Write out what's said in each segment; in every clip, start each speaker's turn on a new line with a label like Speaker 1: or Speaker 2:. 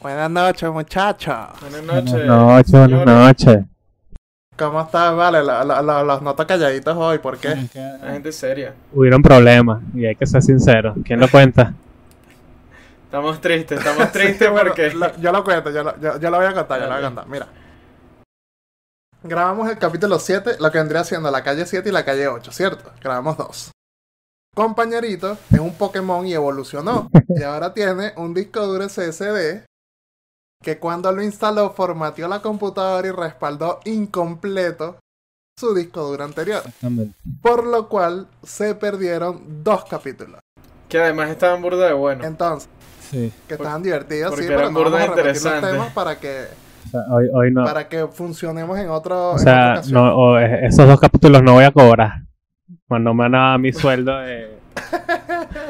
Speaker 1: Buenas noches, muchachos.
Speaker 2: Buenas
Speaker 3: Buenas
Speaker 2: noches.
Speaker 3: noches, buenas
Speaker 2: señores.
Speaker 3: noches.
Speaker 1: ¿Cómo estás? Vale, lo- lo- lo- los noto calladitos hoy, ¿por qué?
Speaker 2: La gente seria.
Speaker 3: Hubieron problemas y hay que ser sincero. ¿Quién lo cuenta?
Speaker 2: Estamos tristes, estamos tristes
Speaker 1: Sí, bueno,
Speaker 2: porque.
Speaker 1: lo- yo lo cuento, yo lo, yo, yo lo voy a contar, yo lo voy a
Speaker 2: Dale.
Speaker 1: contar. Mira. Grabamos el capítulo 7, lo que vendría siendo la calle 7 y la calle 8, ¿cierto? Grabamos dos. Compañerito es un Pokémon y evolucionó. Y ahora tiene un disco duro SSD que cuando lo instaló formateó la computadora y respaldó incompleto su disco duro anterior.
Speaker 3: Exactamente.
Speaker 1: Por lo cual se perdieron dos capítulos.
Speaker 2: Que además estaban burda de bueno.
Speaker 1: Entonces,
Speaker 3: Sí.
Speaker 1: que
Speaker 2: Por-
Speaker 1: estaban divertidos,
Speaker 2: porque
Speaker 1: sí, pero
Speaker 2: eran
Speaker 1: no vamos a
Speaker 2: burda
Speaker 1: repetir los
Speaker 2: interesantes.
Speaker 1: temas para que,
Speaker 3: O sea, hoy, hoy no.
Speaker 1: para que funcionemos en otro.
Speaker 3: O
Speaker 1: en otra
Speaker 3: sea,
Speaker 1: ocasión.
Speaker 3: no, o- eh, esos dos capítulos no voy a cobrar. Cuando me van a dar mi sueldo, eh,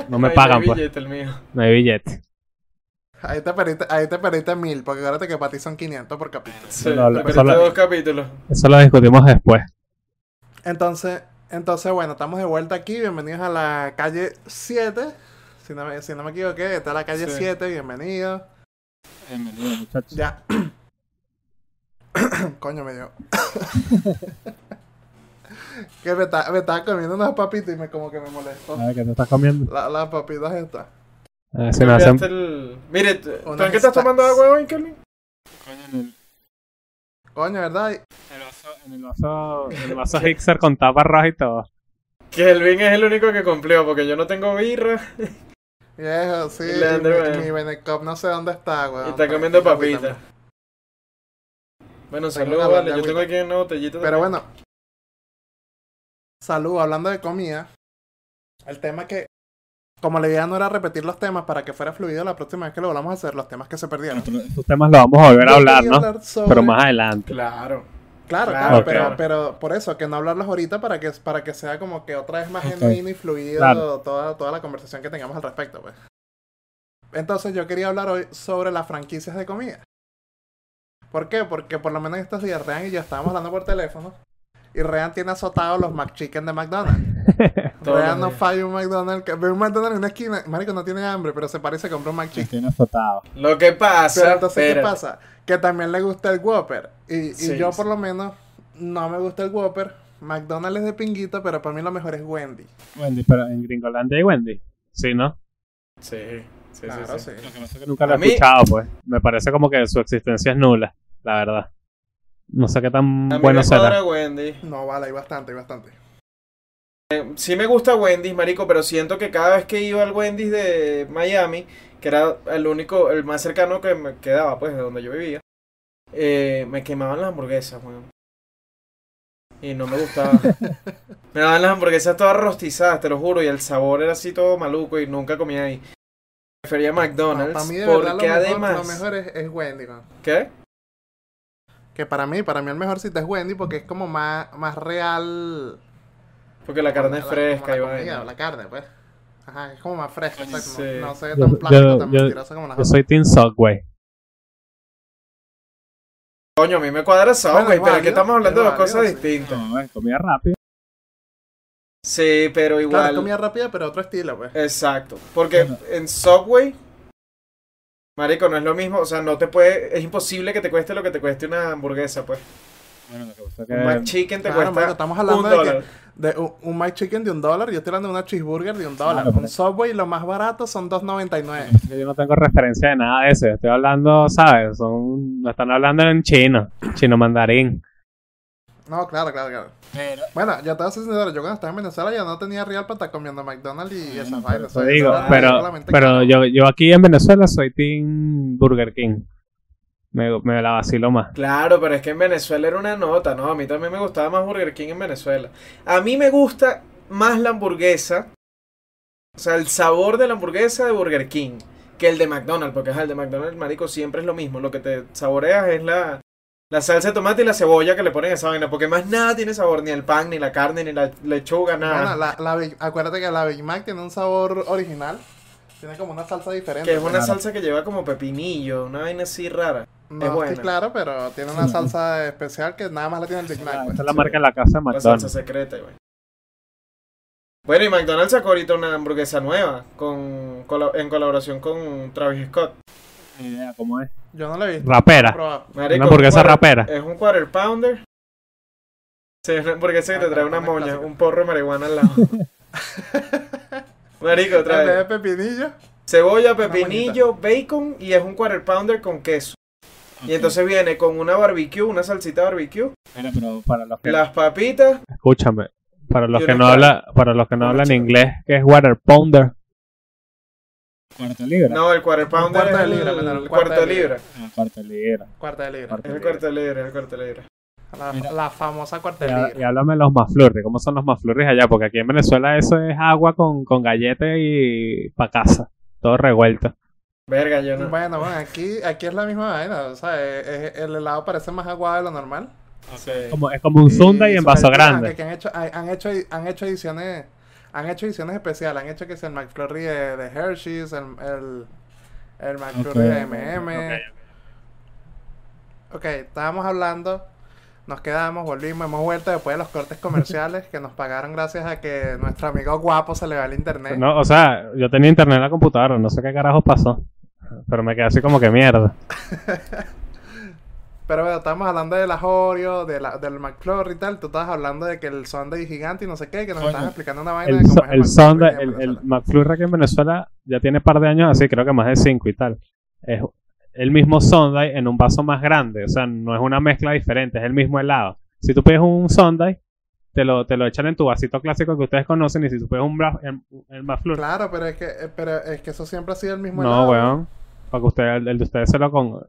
Speaker 3: no me
Speaker 2: Ay,
Speaker 3: pagan,
Speaker 2: hay
Speaker 3: pues.
Speaker 2: billete el mío.
Speaker 3: No hay billete.
Speaker 1: Ahí te perdiste, ahí te perdiste mil, porque acuérdate que para ti son 500 por capítulo.
Speaker 2: Sí,
Speaker 3: Solo-
Speaker 2: te perdiste
Speaker 3: solo-
Speaker 2: dos capítulos.
Speaker 3: Eso lo discutimos después.
Speaker 1: Entonces, entonces bueno, estamos de vuelta aquí. Bienvenidos a la calle 7. Si no me, si no me equivoqué, está la calle
Speaker 2: Sí.
Speaker 1: 7. Bienvenidos.
Speaker 3: Bienvenido, muchachos.
Speaker 1: Ya. Coño, me dio. que me, está- me estaba comiendo unas papitas y me como que me molestó.
Speaker 3: A ver, ¿qué te estás comiendo?
Speaker 1: La- las papitas estas.
Speaker 3: A ver si nos hacen...
Speaker 2: Cambiaste el- Mire, ¿tú tú
Speaker 1: Unas
Speaker 2: en qué estás
Speaker 1: stacks.
Speaker 2: tomando agua hoy, Kelly?
Speaker 1: Coño, ¿verdad? Y-
Speaker 3: El vaso, el vaso, el vaso Hixer con tapa roja y todo.
Speaker 2: Kelvin es el único que cumplió porque yo no tengo birra
Speaker 1: Viejo, sí.
Speaker 2: Y la
Speaker 1: y
Speaker 2: Andrew, eh.
Speaker 1: mi, mi Benecop no sé dónde está, weón.
Speaker 2: y está comiendo
Speaker 1: Tengo agüita,
Speaker 2: papitas. Bueno,
Speaker 1: una
Speaker 2: saludos,
Speaker 1: banda
Speaker 2: vale. Yo tengo
Speaker 1: agüita.
Speaker 2: aquí una botellita.
Speaker 1: Pero
Speaker 2: también.
Speaker 1: bueno. Salud, hablando de comida. El tema que. Como la idea no era repetir los temas para que fuera fluido la próxima vez que lo volvamos a hacer, los temas que se perdieron.
Speaker 3: Estos temas los vamos a volver a
Speaker 1: Yo
Speaker 3: hablar,
Speaker 1: quería
Speaker 3: ¿no?
Speaker 1: hablar sobre-
Speaker 3: Pero más adelante.
Speaker 2: Claro.
Speaker 1: Claro,
Speaker 2: Claro,
Speaker 1: claro,
Speaker 3: ok.
Speaker 1: pero, pero por eso, que no hablarlos ahorita para que, para que sea como que otra vez más
Speaker 3: Ok.
Speaker 1: genuino y fluido
Speaker 3: Claro.
Speaker 1: toda, toda la conversación que tengamos al respecto, pues. Entonces yo quería hablar hoy sobre las franquicias de comida. ¿Por qué? Porque por lo menos en estos días Rean y yo estábamos hablando por teléfono y Rean tiene azotado los McChicken de McDonald's.
Speaker 2: Todos los
Speaker 1: Rean no
Speaker 2: días.
Speaker 1: falla un McDonald's, que- ve un McDonald's en una esquina, marico no tiene hambre, pero se parece que compró un McChicken.
Speaker 3: Estoy azotado.
Speaker 2: Lo que pasa.
Speaker 1: Pero entonces, ¿qué
Speaker 2: espérate.
Speaker 1: pasa? Que también le gusta el Whopper. Y, y
Speaker 2: Sí,
Speaker 1: yo,
Speaker 2: sí.
Speaker 1: por lo menos, no me gusta el Whopper. McDonald's es de pinguito, pero para mí lo mejor es Wendy.
Speaker 3: Wendy, pero en Gringolandia hay Wendy. Sí, ¿no?
Speaker 2: Sí, sí,
Speaker 1: Claro,
Speaker 2: sí,
Speaker 1: sí.
Speaker 2: sí.
Speaker 3: Lo que pasa es que nunca lo
Speaker 2: A
Speaker 3: he
Speaker 2: mí-
Speaker 3: escuchado, pues. Me parece como que su existencia es nula, la verdad. No sé qué tan
Speaker 2: A mí
Speaker 3: bueno
Speaker 2: me
Speaker 3: será.
Speaker 2: cuadra Wendy.
Speaker 1: No, vale, hay bastante, hay bastante.
Speaker 2: Eh, Sí me gusta Wendy's, marico, pero siento que cada vez que iba al Wendy's de Miami, que era el único, el más cercano que me quedaba, pues, de donde yo vivía, eh, me quemaban las hamburguesas, weón. Y no me gustaba. me daban las hamburguesas todas rostizadas, te lo juro, y el sabor era así todo maluco y nunca comía ahí. Prefería McDonald's,
Speaker 1: Ah, para mí, de
Speaker 2: porque
Speaker 1: verdad, lo mejor,
Speaker 2: además...
Speaker 1: lo mejor es, es Wendy. ¿no?
Speaker 2: ¿Qué?
Speaker 1: Que para mí, para mí el mejor sitio es Wendy porque es como más, más real.
Speaker 2: Porque la carne es
Speaker 1: como
Speaker 2: fresca
Speaker 1: la
Speaker 2: y
Speaker 1: comida,
Speaker 2: vaina.
Speaker 1: la carne, pues. Ajá, es como más fresca,
Speaker 2: Coño,
Speaker 1: exacto, no-
Speaker 2: sí.
Speaker 1: No, se ve
Speaker 3: Yo-
Speaker 1: tan plástico,
Speaker 3: yo-
Speaker 1: tan
Speaker 3: yo-
Speaker 1: mentiroso como las
Speaker 3: Yo
Speaker 1: otras.
Speaker 3: soy Team Subway.
Speaker 2: Coño, a mí me cuadra Subway,
Speaker 1: Bueno, es
Speaker 2: pero es que
Speaker 1: válido,
Speaker 2: estamos hablando
Speaker 1: es
Speaker 2: de dos cosas
Speaker 1: válido, sí.
Speaker 2: distintas.
Speaker 3: No, es comida rápida.
Speaker 2: Sí, pero igual... Este
Speaker 1: Claro, es comida rápida, pero otro estilo, pues.
Speaker 2: Exacto, porque
Speaker 3: Bueno.
Speaker 2: en Subway, marico, no es lo mismo, o sea, no te puede, es imposible que te cueste lo que te cueste una hamburguesa, pues.
Speaker 3: Bueno, lo que pasa es
Speaker 2: Un McChicken te
Speaker 1: Eh, Claro, marico,
Speaker 2: cuesta
Speaker 1: estamos
Speaker 2: un
Speaker 1: hablando de que
Speaker 2: dólar.
Speaker 1: De un, un McChicken de un dólar, yo estoy hablando de una cheeseburger de un dólar.
Speaker 3: Claro, pero-
Speaker 1: un Subway, lo más barato son
Speaker 3: lo
Speaker 1: 2.99.
Speaker 3: que pasa es que yo no tengo referencia de nada de eso. Yo Estoy hablando, ¿sabes? Son, me están hablando en chino. Chino mandarín.
Speaker 1: No, claro, claro, claro.
Speaker 3: Pero...
Speaker 1: Bueno, yo te voy a ser sincero, yo cuando estaba en Venezuela ya no tenía real para estar comiendo McDonald's y
Speaker 3: Bueno,
Speaker 2: Ah,
Speaker 1: esas vainas. o
Speaker 3: por eso
Speaker 1: sea,
Speaker 3: digo,
Speaker 1: yo era
Speaker 3: pero,
Speaker 1: solamente
Speaker 3: pero
Speaker 1: caro.
Speaker 3: yo, yo aquí en Venezuela soy Team Burger King. Me, me la vacilo más.
Speaker 2: Claro, pero es que en Venezuela era una nota, ¿no? A mí también me gustaba más Burger King en Venezuela. A mí me gusta más la hamburguesa, o sea, el sabor de la hamburguesa de Burger King que el de McDonald's, porque ajá, el de McDonald's, marico, siempre es lo mismo. Lo que te saboreas es la, la salsa de tomate y la cebolla que le ponen a esa vaina, porque más nada tiene sabor, ni el pan, ni la carne, ni la lechuga,
Speaker 1: Bueno,
Speaker 2: nada.
Speaker 1: la, la Big- acuérdate que la Big Mac tiene un sabor original. Tiene como una salsa diferente.
Speaker 2: que es una
Speaker 3: Claro.
Speaker 2: salsa que lleva como pepinillo, una vaina así rara.
Speaker 1: no
Speaker 2: es
Speaker 1: estoy
Speaker 2: buena.
Speaker 1: claro, pero tiene una
Speaker 3: Sí.
Speaker 1: salsa especial que nada más la tiene el Big Mac.
Speaker 3: Esta
Speaker 1: pues.
Speaker 3: es la marca de la casa de
Speaker 2: La salsa
Speaker 3: McDonald's.
Speaker 2: secreta, güey. Bueno, y McDonald's sacó ahorita una hamburguesa nueva con, cola- en colaboración con Travis Scott.
Speaker 3: ni idea Eh, cómo es.
Speaker 1: Yo no la he visto.
Speaker 3: Rapera.
Speaker 1: Probable.
Speaker 2: Marico,
Speaker 3: Una hamburguesa
Speaker 2: un quarter-
Speaker 3: rapera.
Speaker 2: Es un quarter pounder. Sí, es una hamburguesa que te trae una moña, un porro de marihuana al lado. Marico,
Speaker 1: En vez de
Speaker 2: trae
Speaker 1: pepinillo.
Speaker 2: cebolla, pepinillo, bacon y es un quarter pounder con queso. Y entonces viene con una barbecue, una salsita barbecue,
Speaker 3: Mira, pero para los que,
Speaker 2: las papitas,
Speaker 3: escúchame, para los
Speaker 2: Yo
Speaker 3: que
Speaker 2: no
Speaker 3: no
Speaker 2: creo.
Speaker 3: habla, para los que no
Speaker 2: Bueno,
Speaker 3: hablan
Speaker 2: chico.
Speaker 3: inglés, que es water pounder. Cuarta libra. Ah,
Speaker 2: no, el quarter pounder
Speaker 1: cuarto
Speaker 2: es
Speaker 1: de
Speaker 2: el,
Speaker 1: libra, menor, un
Speaker 2: cuarto
Speaker 1: cuarto de
Speaker 2: de libra.
Speaker 3: cuarta libra.
Speaker 1: Cuarta de libra.
Speaker 3: Cuarta
Speaker 2: Es el cuarto de libra, es el cuarto de libra.
Speaker 1: La,
Speaker 3: Mira.
Speaker 1: la famosa cuarta de
Speaker 3: Y,
Speaker 1: libra.
Speaker 3: y háblame de los maflurries, ¿cómo son los maflurries allá? Porque aquí en Venezuela eso es agua con, con galletas y pa' casa, todo revuelto.
Speaker 2: Verga, yo no.
Speaker 1: Bueno, bueno, aquí, aquí es la misma vaina. O sea, es- es- el helado parece más aguado de lo normal.
Speaker 2: Sí.
Speaker 3: Como, es como un zunda y en vaso
Speaker 1: sobre todo,
Speaker 3: grande.
Speaker 1: Que, que han, hecho, han, han hecho, han hecho ediciones. Han hecho ediciones especiales. Han hecho que sea el McFlurry de, de Hershey's, el, el, el McFlurry de MM. Ok, estábamos hablando, nos quedamos, volvimos, hemos vuelto después de los cortes comerciales que nos pagaron gracias a que nuestro amigo guapo se le va el internet.
Speaker 3: No, o sea, yo tenía internet en la computadora, no sé qué carajos pasó. Pero me quedé así como que mierda.
Speaker 1: Pero bueno, estábamos hablando de las Oreo, de la, del McFlurry y tal. Tú estabas hablando de que el Sunday gigante y no sé qué, que nos
Speaker 3: Coño,
Speaker 1: estaban explicando una vaina
Speaker 3: El,
Speaker 1: de cómo
Speaker 3: so-
Speaker 1: es
Speaker 3: el
Speaker 1: McFlurry
Speaker 3: son,
Speaker 1: en
Speaker 3: el, el
Speaker 1: Venezuela.
Speaker 3: McFlurry aquí en Venezuela ya tiene par de años así, creo que más de cinco y tal. Es el mismo Sunday en un vaso más grande, o sea, no es una mezcla diferente, es el mismo helado. Si tú pides un Sunday, te lo, te lo echan en tu vasito clásico que ustedes conocen y si tú pides un bra- el, el McFlurry,
Speaker 1: Claro, pero es que eh, pero es que eso siempre ha sido el mismo
Speaker 3: no,
Speaker 1: helado.
Speaker 3: weón, para que usted- el, el de ustedes se lo con...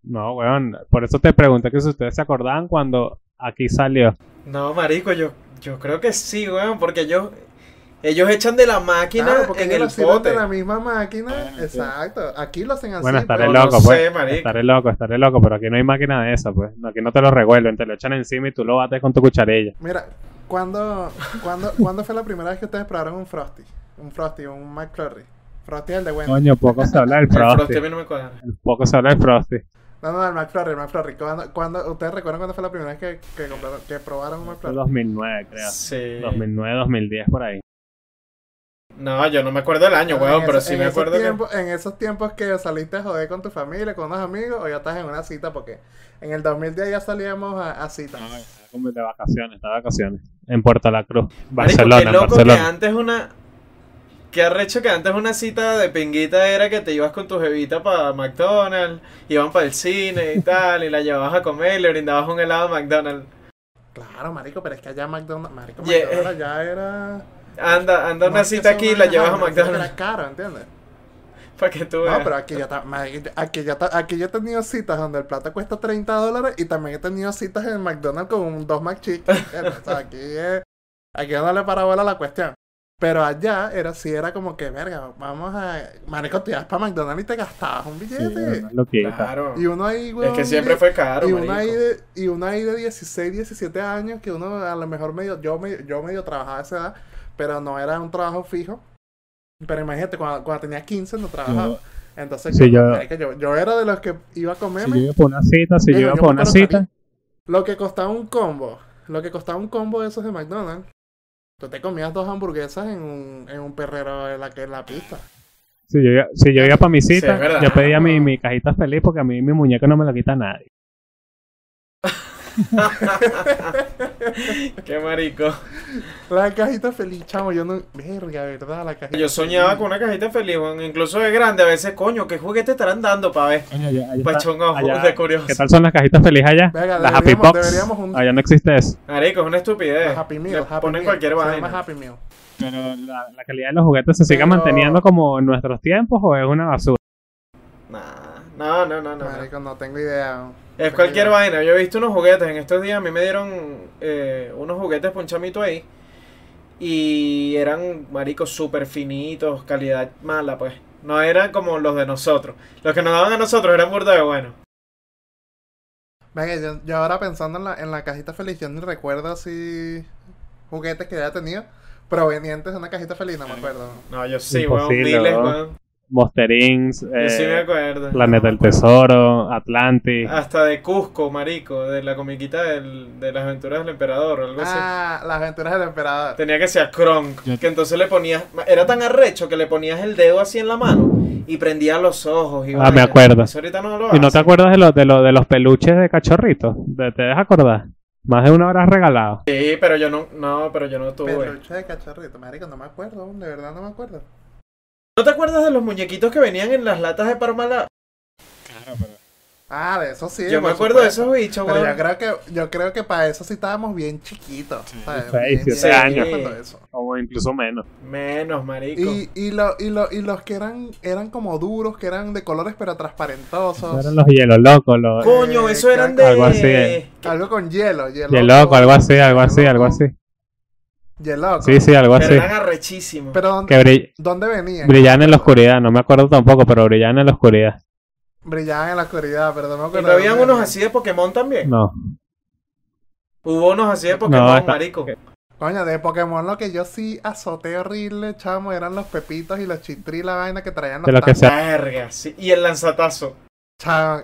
Speaker 3: No, weón, por eso te pregunté que si ustedes se acordaban cuando aquí salió.
Speaker 2: No, marico, yo, yo creo que sí, weón, porque ellos, ellos echan de la máquina
Speaker 1: Claro, porque
Speaker 2: en
Speaker 1: ellos
Speaker 2: el
Speaker 1: lo sirven
Speaker 2: pote.
Speaker 1: de la misma máquina.
Speaker 3: Bueno, sí.
Speaker 1: Exacto. Aquí lo hacen así.
Speaker 3: Bueno, estaré
Speaker 1: pero-
Speaker 2: no
Speaker 3: loco,
Speaker 2: sé,
Speaker 3: pues.
Speaker 2: marico.
Speaker 3: Estaré loco, estaré loco, pero aquí no hay máquina de esa, pues. No, Aquí no te lo revuelven, te lo echan encima y tú lo bates con tu cucharilla.
Speaker 1: Mira, ¿cuándo, cuándo, ¿cuándo fue la primera vez que ustedes probaron un Frosty? Un Frosty, un McFlurry. Frosty es el de Wendy.
Speaker 3: Coño, poco se habla del
Speaker 2: El
Speaker 3: Frosty.
Speaker 2: frosty a mí no me cuadra.
Speaker 3: Poco se habla del Frosty.
Speaker 1: No, no, el McFlurry, el McFlurry. ¿Cuándo, cuándo- ¿Ustedes recuerdan cuándo fue la primera vez que, que, compraron- que probaron un
Speaker 3: Fue
Speaker 1: McFlurry?
Speaker 3: 2009, creo.
Speaker 2: Sí.
Speaker 3: 2009, 2010, por ahí.
Speaker 2: No, yo no me acuerdo del año,
Speaker 1: Bueno,
Speaker 2: weón,
Speaker 1: en
Speaker 2: pero
Speaker 1: eso-
Speaker 2: sí
Speaker 1: en
Speaker 2: me
Speaker 1: esos
Speaker 2: acuerdo que...
Speaker 1: tiempos- En esos tiempos que saliste a joder con tu familia, con unos amigos, o ya estás en una cita, porque en el 2010 ya salíamos a, a
Speaker 2: Ah,
Speaker 1: citas.
Speaker 3: Como de vacaciones, está de vacaciones. En Puerto La Cruz,
Speaker 2: Marico,
Speaker 3: Barcelona,
Speaker 2: qué
Speaker 3: en
Speaker 2: loco que
Speaker 3: Barcelona.
Speaker 2: antes una... Qué arrecho que antes una cita de pinguita era que te ibas con tu jevita para McDonald's, iban para el cine y tal, y la llevabas a comer, le brindabas un helado a McDonald's.
Speaker 1: Claro, marico, pero es que allá McDonald's, marico,
Speaker 2: Yeah.
Speaker 1: McDonald's ya era...
Speaker 2: Anda, anda
Speaker 1: no
Speaker 2: una
Speaker 1: es que
Speaker 2: cita
Speaker 1: sea
Speaker 2: aquí y
Speaker 1: una
Speaker 2: la llevas a
Speaker 1: vaina, sino que Era
Speaker 2: McDonald's
Speaker 1: caro, ¿entiendes?
Speaker 2: para que tú veas.
Speaker 1: No, pero aquí ya está, marico, aquí ya está, aquí yo he tenido citas donde el plato cuesta 30 dólares y también he tenido citas en McDonald's con un dos McChicken. ¿entiendes? o sea, aquí es, aquí yo no le para bola a la cuestión. Pero allá era sí era como que, verga, vamos a, marico, te ibas para McDonald's y te gastabas un
Speaker 3: Sí,
Speaker 1: billete.
Speaker 3: una loquita.
Speaker 2: Claro.
Speaker 1: y uno ahí, güey.
Speaker 2: Es que siempre fue caro,
Speaker 1: y
Speaker 2: marico.
Speaker 1: uno, ahí de, y uno ahí de 16, 17 años, que uno a lo mejor medio, yo, me- yo medio trabajaba a esa edad, pero no era un trabajo fijo. Pero imagínate, cuando, cuando tenía 15 no trabajaba.
Speaker 3: Yo-
Speaker 1: Entonces,
Speaker 3: Sí,
Speaker 1: yo,
Speaker 3: yo-
Speaker 1: marico, yo, yo era de los que iba a
Speaker 3: Si
Speaker 1: comerme
Speaker 3: yo iba por una cita, si yo
Speaker 1: Mira,
Speaker 3: iba
Speaker 1: yo
Speaker 3: por
Speaker 1: me
Speaker 3: una
Speaker 1: acuerdo que
Speaker 3: cita,
Speaker 1: lo que costaba un combo. Lo que costaba un combo de esos de McDonald's. Tú te comías dos hamburguesas en un, en un perrero en la, que- en la pista.
Speaker 3: si yo iba, si yo iba para mi cita,
Speaker 2: es verdad.
Speaker 3: yo pedía mi, mi cajita feliz porque a mí mi muñeco no me lo quita nadie.
Speaker 2: Qué marico.
Speaker 1: La cajita feliz, chamo. Yo no. Verga, ¿verdad? La cajita
Speaker 2: Yo soñaba
Speaker 1: feliz.
Speaker 2: con una cajita feliz, weón. Incluso de grande, a veces, coño, ¿qué juguete estarán dando para ver?
Speaker 3: Coño, allá- allá está-
Speaker 2: Pachón ojos
Speaker 3: allá-
Speaker 2: de
Speaker 3: ¿Qué
Speaker 2: curioso.
Speaker 3: tal son las cajitas felices allá?
Speaker 1: Verga,
Speaker 3: las Happy
Speaker 1: deberíamos-
Speaker 3: Box.
Speaker 1: deberíamos un-
Speaker 3: Allá no existe eso.
Speaker 2: Marico, es una estupidez.
Speaker 1: La Happy Meal.
Speaker 2: Le
Speaker 1: Happy
Speaker 2: ponen
Speaker 1: Meal.
Speaker 2: cualquier
Speaker 1: Se llama
Speaker 2: vaina.
Speaker 1: Happy Meal.
Speaker 3: Pero la, la calidad de los juguetes se sigue
Speaker 1: Pero-
Speaker 3: manteniendo como en nuestros tiempos o es una basura.
Speaker 2: Nah, No, no, no, no. no.
Speaker 1: Marico, pues no tengo idea.
Speaker 2: Es cualquier vaina. Yo he visto unos juguetes. En estos días a mí me dieron eh, unos juguetes ponchamito ahí. Y eran, marico, súper finitos, calidad mala, pues. No eran como los de nosotros. Los que nos daban a nosotros eran burda de bueno.
Speaker 1: Venga, yo, yo ahora pensando en la, en la cajita feliz, yo ni recuerdo así juguetes que haya tenido provenientes de una cajita feliz, no me acuerdo.
Speaker 2: Ah, No, yo sí, weón.
Speaker 3: Imposible,
Speaker 2: Miles,
Speaker 3: weón.
Speaker 2: weón.
Speaker 3: Monsterings,
Speaker 2: Yo sí me
Speaker 3: eh,
Speaker 2: acuerdo. Ah,
Speaker 3: Planeta del Tesoro, Atlantis.
Speaker 2: Hasta de Cusco, marico, de la comiquita del- de las aventuras del emperador, algo así.
Speaker 1: Ah, las aventuras del emperador.
Speaker 2: Tenía que ser Kronk,
Speaker 3: Yo-
Speaker 2: que entonces le ponías, era tan arrecho que le ponías el dedo así en la mano y prendía los ojos. Y
Speaker 3: Ah,
Speaker 2: vaina.
Speaker 3: me acuerdo.
Speaker 2: Eso ahorita no lo
Speaker 3: ¿Y no te
Speaker 2: hacen.
Speaker 3: acuerdas de, los de, los de los peluches de cachorritos? ¿Te, te dejas acordar? Más de una hora has regalado.
Speaker 2: Sí, pero yo no, no, pero yo no tuve.
Speaker 1: Peluche de cachorrito, marico, no me acuerdo, de verdad no me acuerdo.
Speaker 2: ¿No te acuerdas de los muñequitos que venían en las latas de Parmalat?
Speaker 1: Ah, de eso sí.
Speaker 2: yo me
Speaker 1: por
Speaker 2: acuerdo de
Speaker 1: supuesto.
Speaker 2: esos bichos,
Speaker 1: Pero yo
Speaker 2: weón.
Speaker 1: creo que, yo creo que para eso sí estábamos bien chiquitos. ¿sabes?
Speaker 3: seis,
Speaker 1: Bien,
Speaker 3: siete
Speaker 1: bien
Speaker 2: años.
Speaker 1: cuando eso.
Speaker 3: O incluso menos.
Speaker 2: Menos, marico.
Speaker 1: Y, y, lo- y, lo- y los que eran, eran como duros, que eran de colores pero transparentosos.
Speaker 3: Eran los hielos locos, los
Speaker 2: Coño,
Speaker 1: Eh,
Speaker 2: eso eran de.
Speaker 1: caca.
Speaker 3: Algo así, eh.
Speaker 2: que-
Speaker 1: Algo con hielo, hielo.
Speaker 3: hielos, algo así, algo así, algo así.
Speaker 1: Hielo.
Speaker 3: Sí, sí, algo
Speaker 2: Pero
Speaker 3: así.
Speaker 2: eran arrechísimos.
Speaker 1: Pero ¿dónde,
Speaker 3: Que brill-
Speaker 1: dónde venían?
Speaker 3: brillaban en la oscuridad, no me acuerdo tampoco, pero brillaban en la oscuridad.
Speaker 1: Brillaban en la oscuridad, pero no me
Speaker 2: Y
Speaker 1: acuerdo.
Speaker 2: no habían
Speaker 1: dónde
Speaker 2: unos
Speaker 1: venían.
Speaker 2: así de Pokémon también.
Speaker 3: No.
Speaker 2: Hubo unos así de Pokémon,
Speaker 3: está-
Speaker 2: marico.
Speaker 1: Coño, de Pokémon lo que yo sí azoté horrible, chamo, eran los pepitos y los chitri, la vaina que traían los
Speaker 3: De lo que
Speaker 1: tacos.
Speaker 3: sea.
Speaker 2: Verga, sí. Y el lanzatazo.
Speaker 1: Chamo,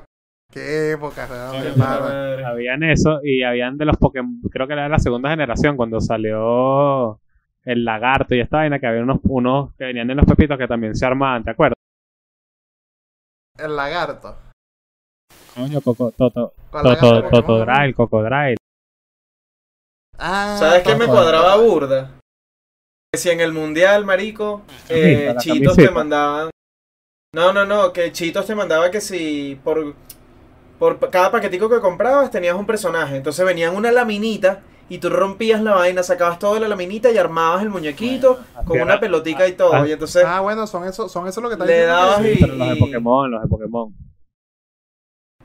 Speaker 1: qué época, weón,
Speaker 2: Coño,
Speaker 1: de
Speaker 2: puta
Speaker 1: madre.
Speaker 2: madre.
Speaker 3: Habían eso y habían de los Pokémon, creo que era de la segunda generación cuando salió el lagarto y esta vaina que había unos, unos que venían en los pepitos que también se armaban, ¿te acuerdas?
Speaker 1: El lagarto.
Speaker 3: Coño, Coco, Toto,
Speaker 1: ¿Cuál lagarto
Speaker 3: Toto,
Speaker 1: de Pokémon?
Speaker 3: Totodrile, Cocodrile.
Speaker 1: Ah,
Speaker 2: ¿Sabes qué me
Speaker 1: Totodrile.
Speaker 2: cuadraba burda? Que si en el mundial, marico, eh,
Speaker 3: la
Speaker 2: Chitos te
Speaker 3: camiseta.
Speaker 2: mandaban. No, no, no, que Chitos te mandaba que si por, por pa- cada paquetico que comprabas tenías un personaje. Entonces venían una laminita y tú rompías la vaina, sacabas todo de la laminita y armabas el muñequito con
Speaker 3: era.
Speaker 2: una pelotica y todo.
Speaker 3: Ah,
Speaker 2: y entonces
Speaker 1: Ah, bueno, son eso, son eso lo que está
Speaker 2: Le daba-
Speaker 1: diciendo.
Speaker 2: Sí,
Speaker 3: pero los de
Speaker 2: y-
Speaker 3: Pokémon, los de Pokémon.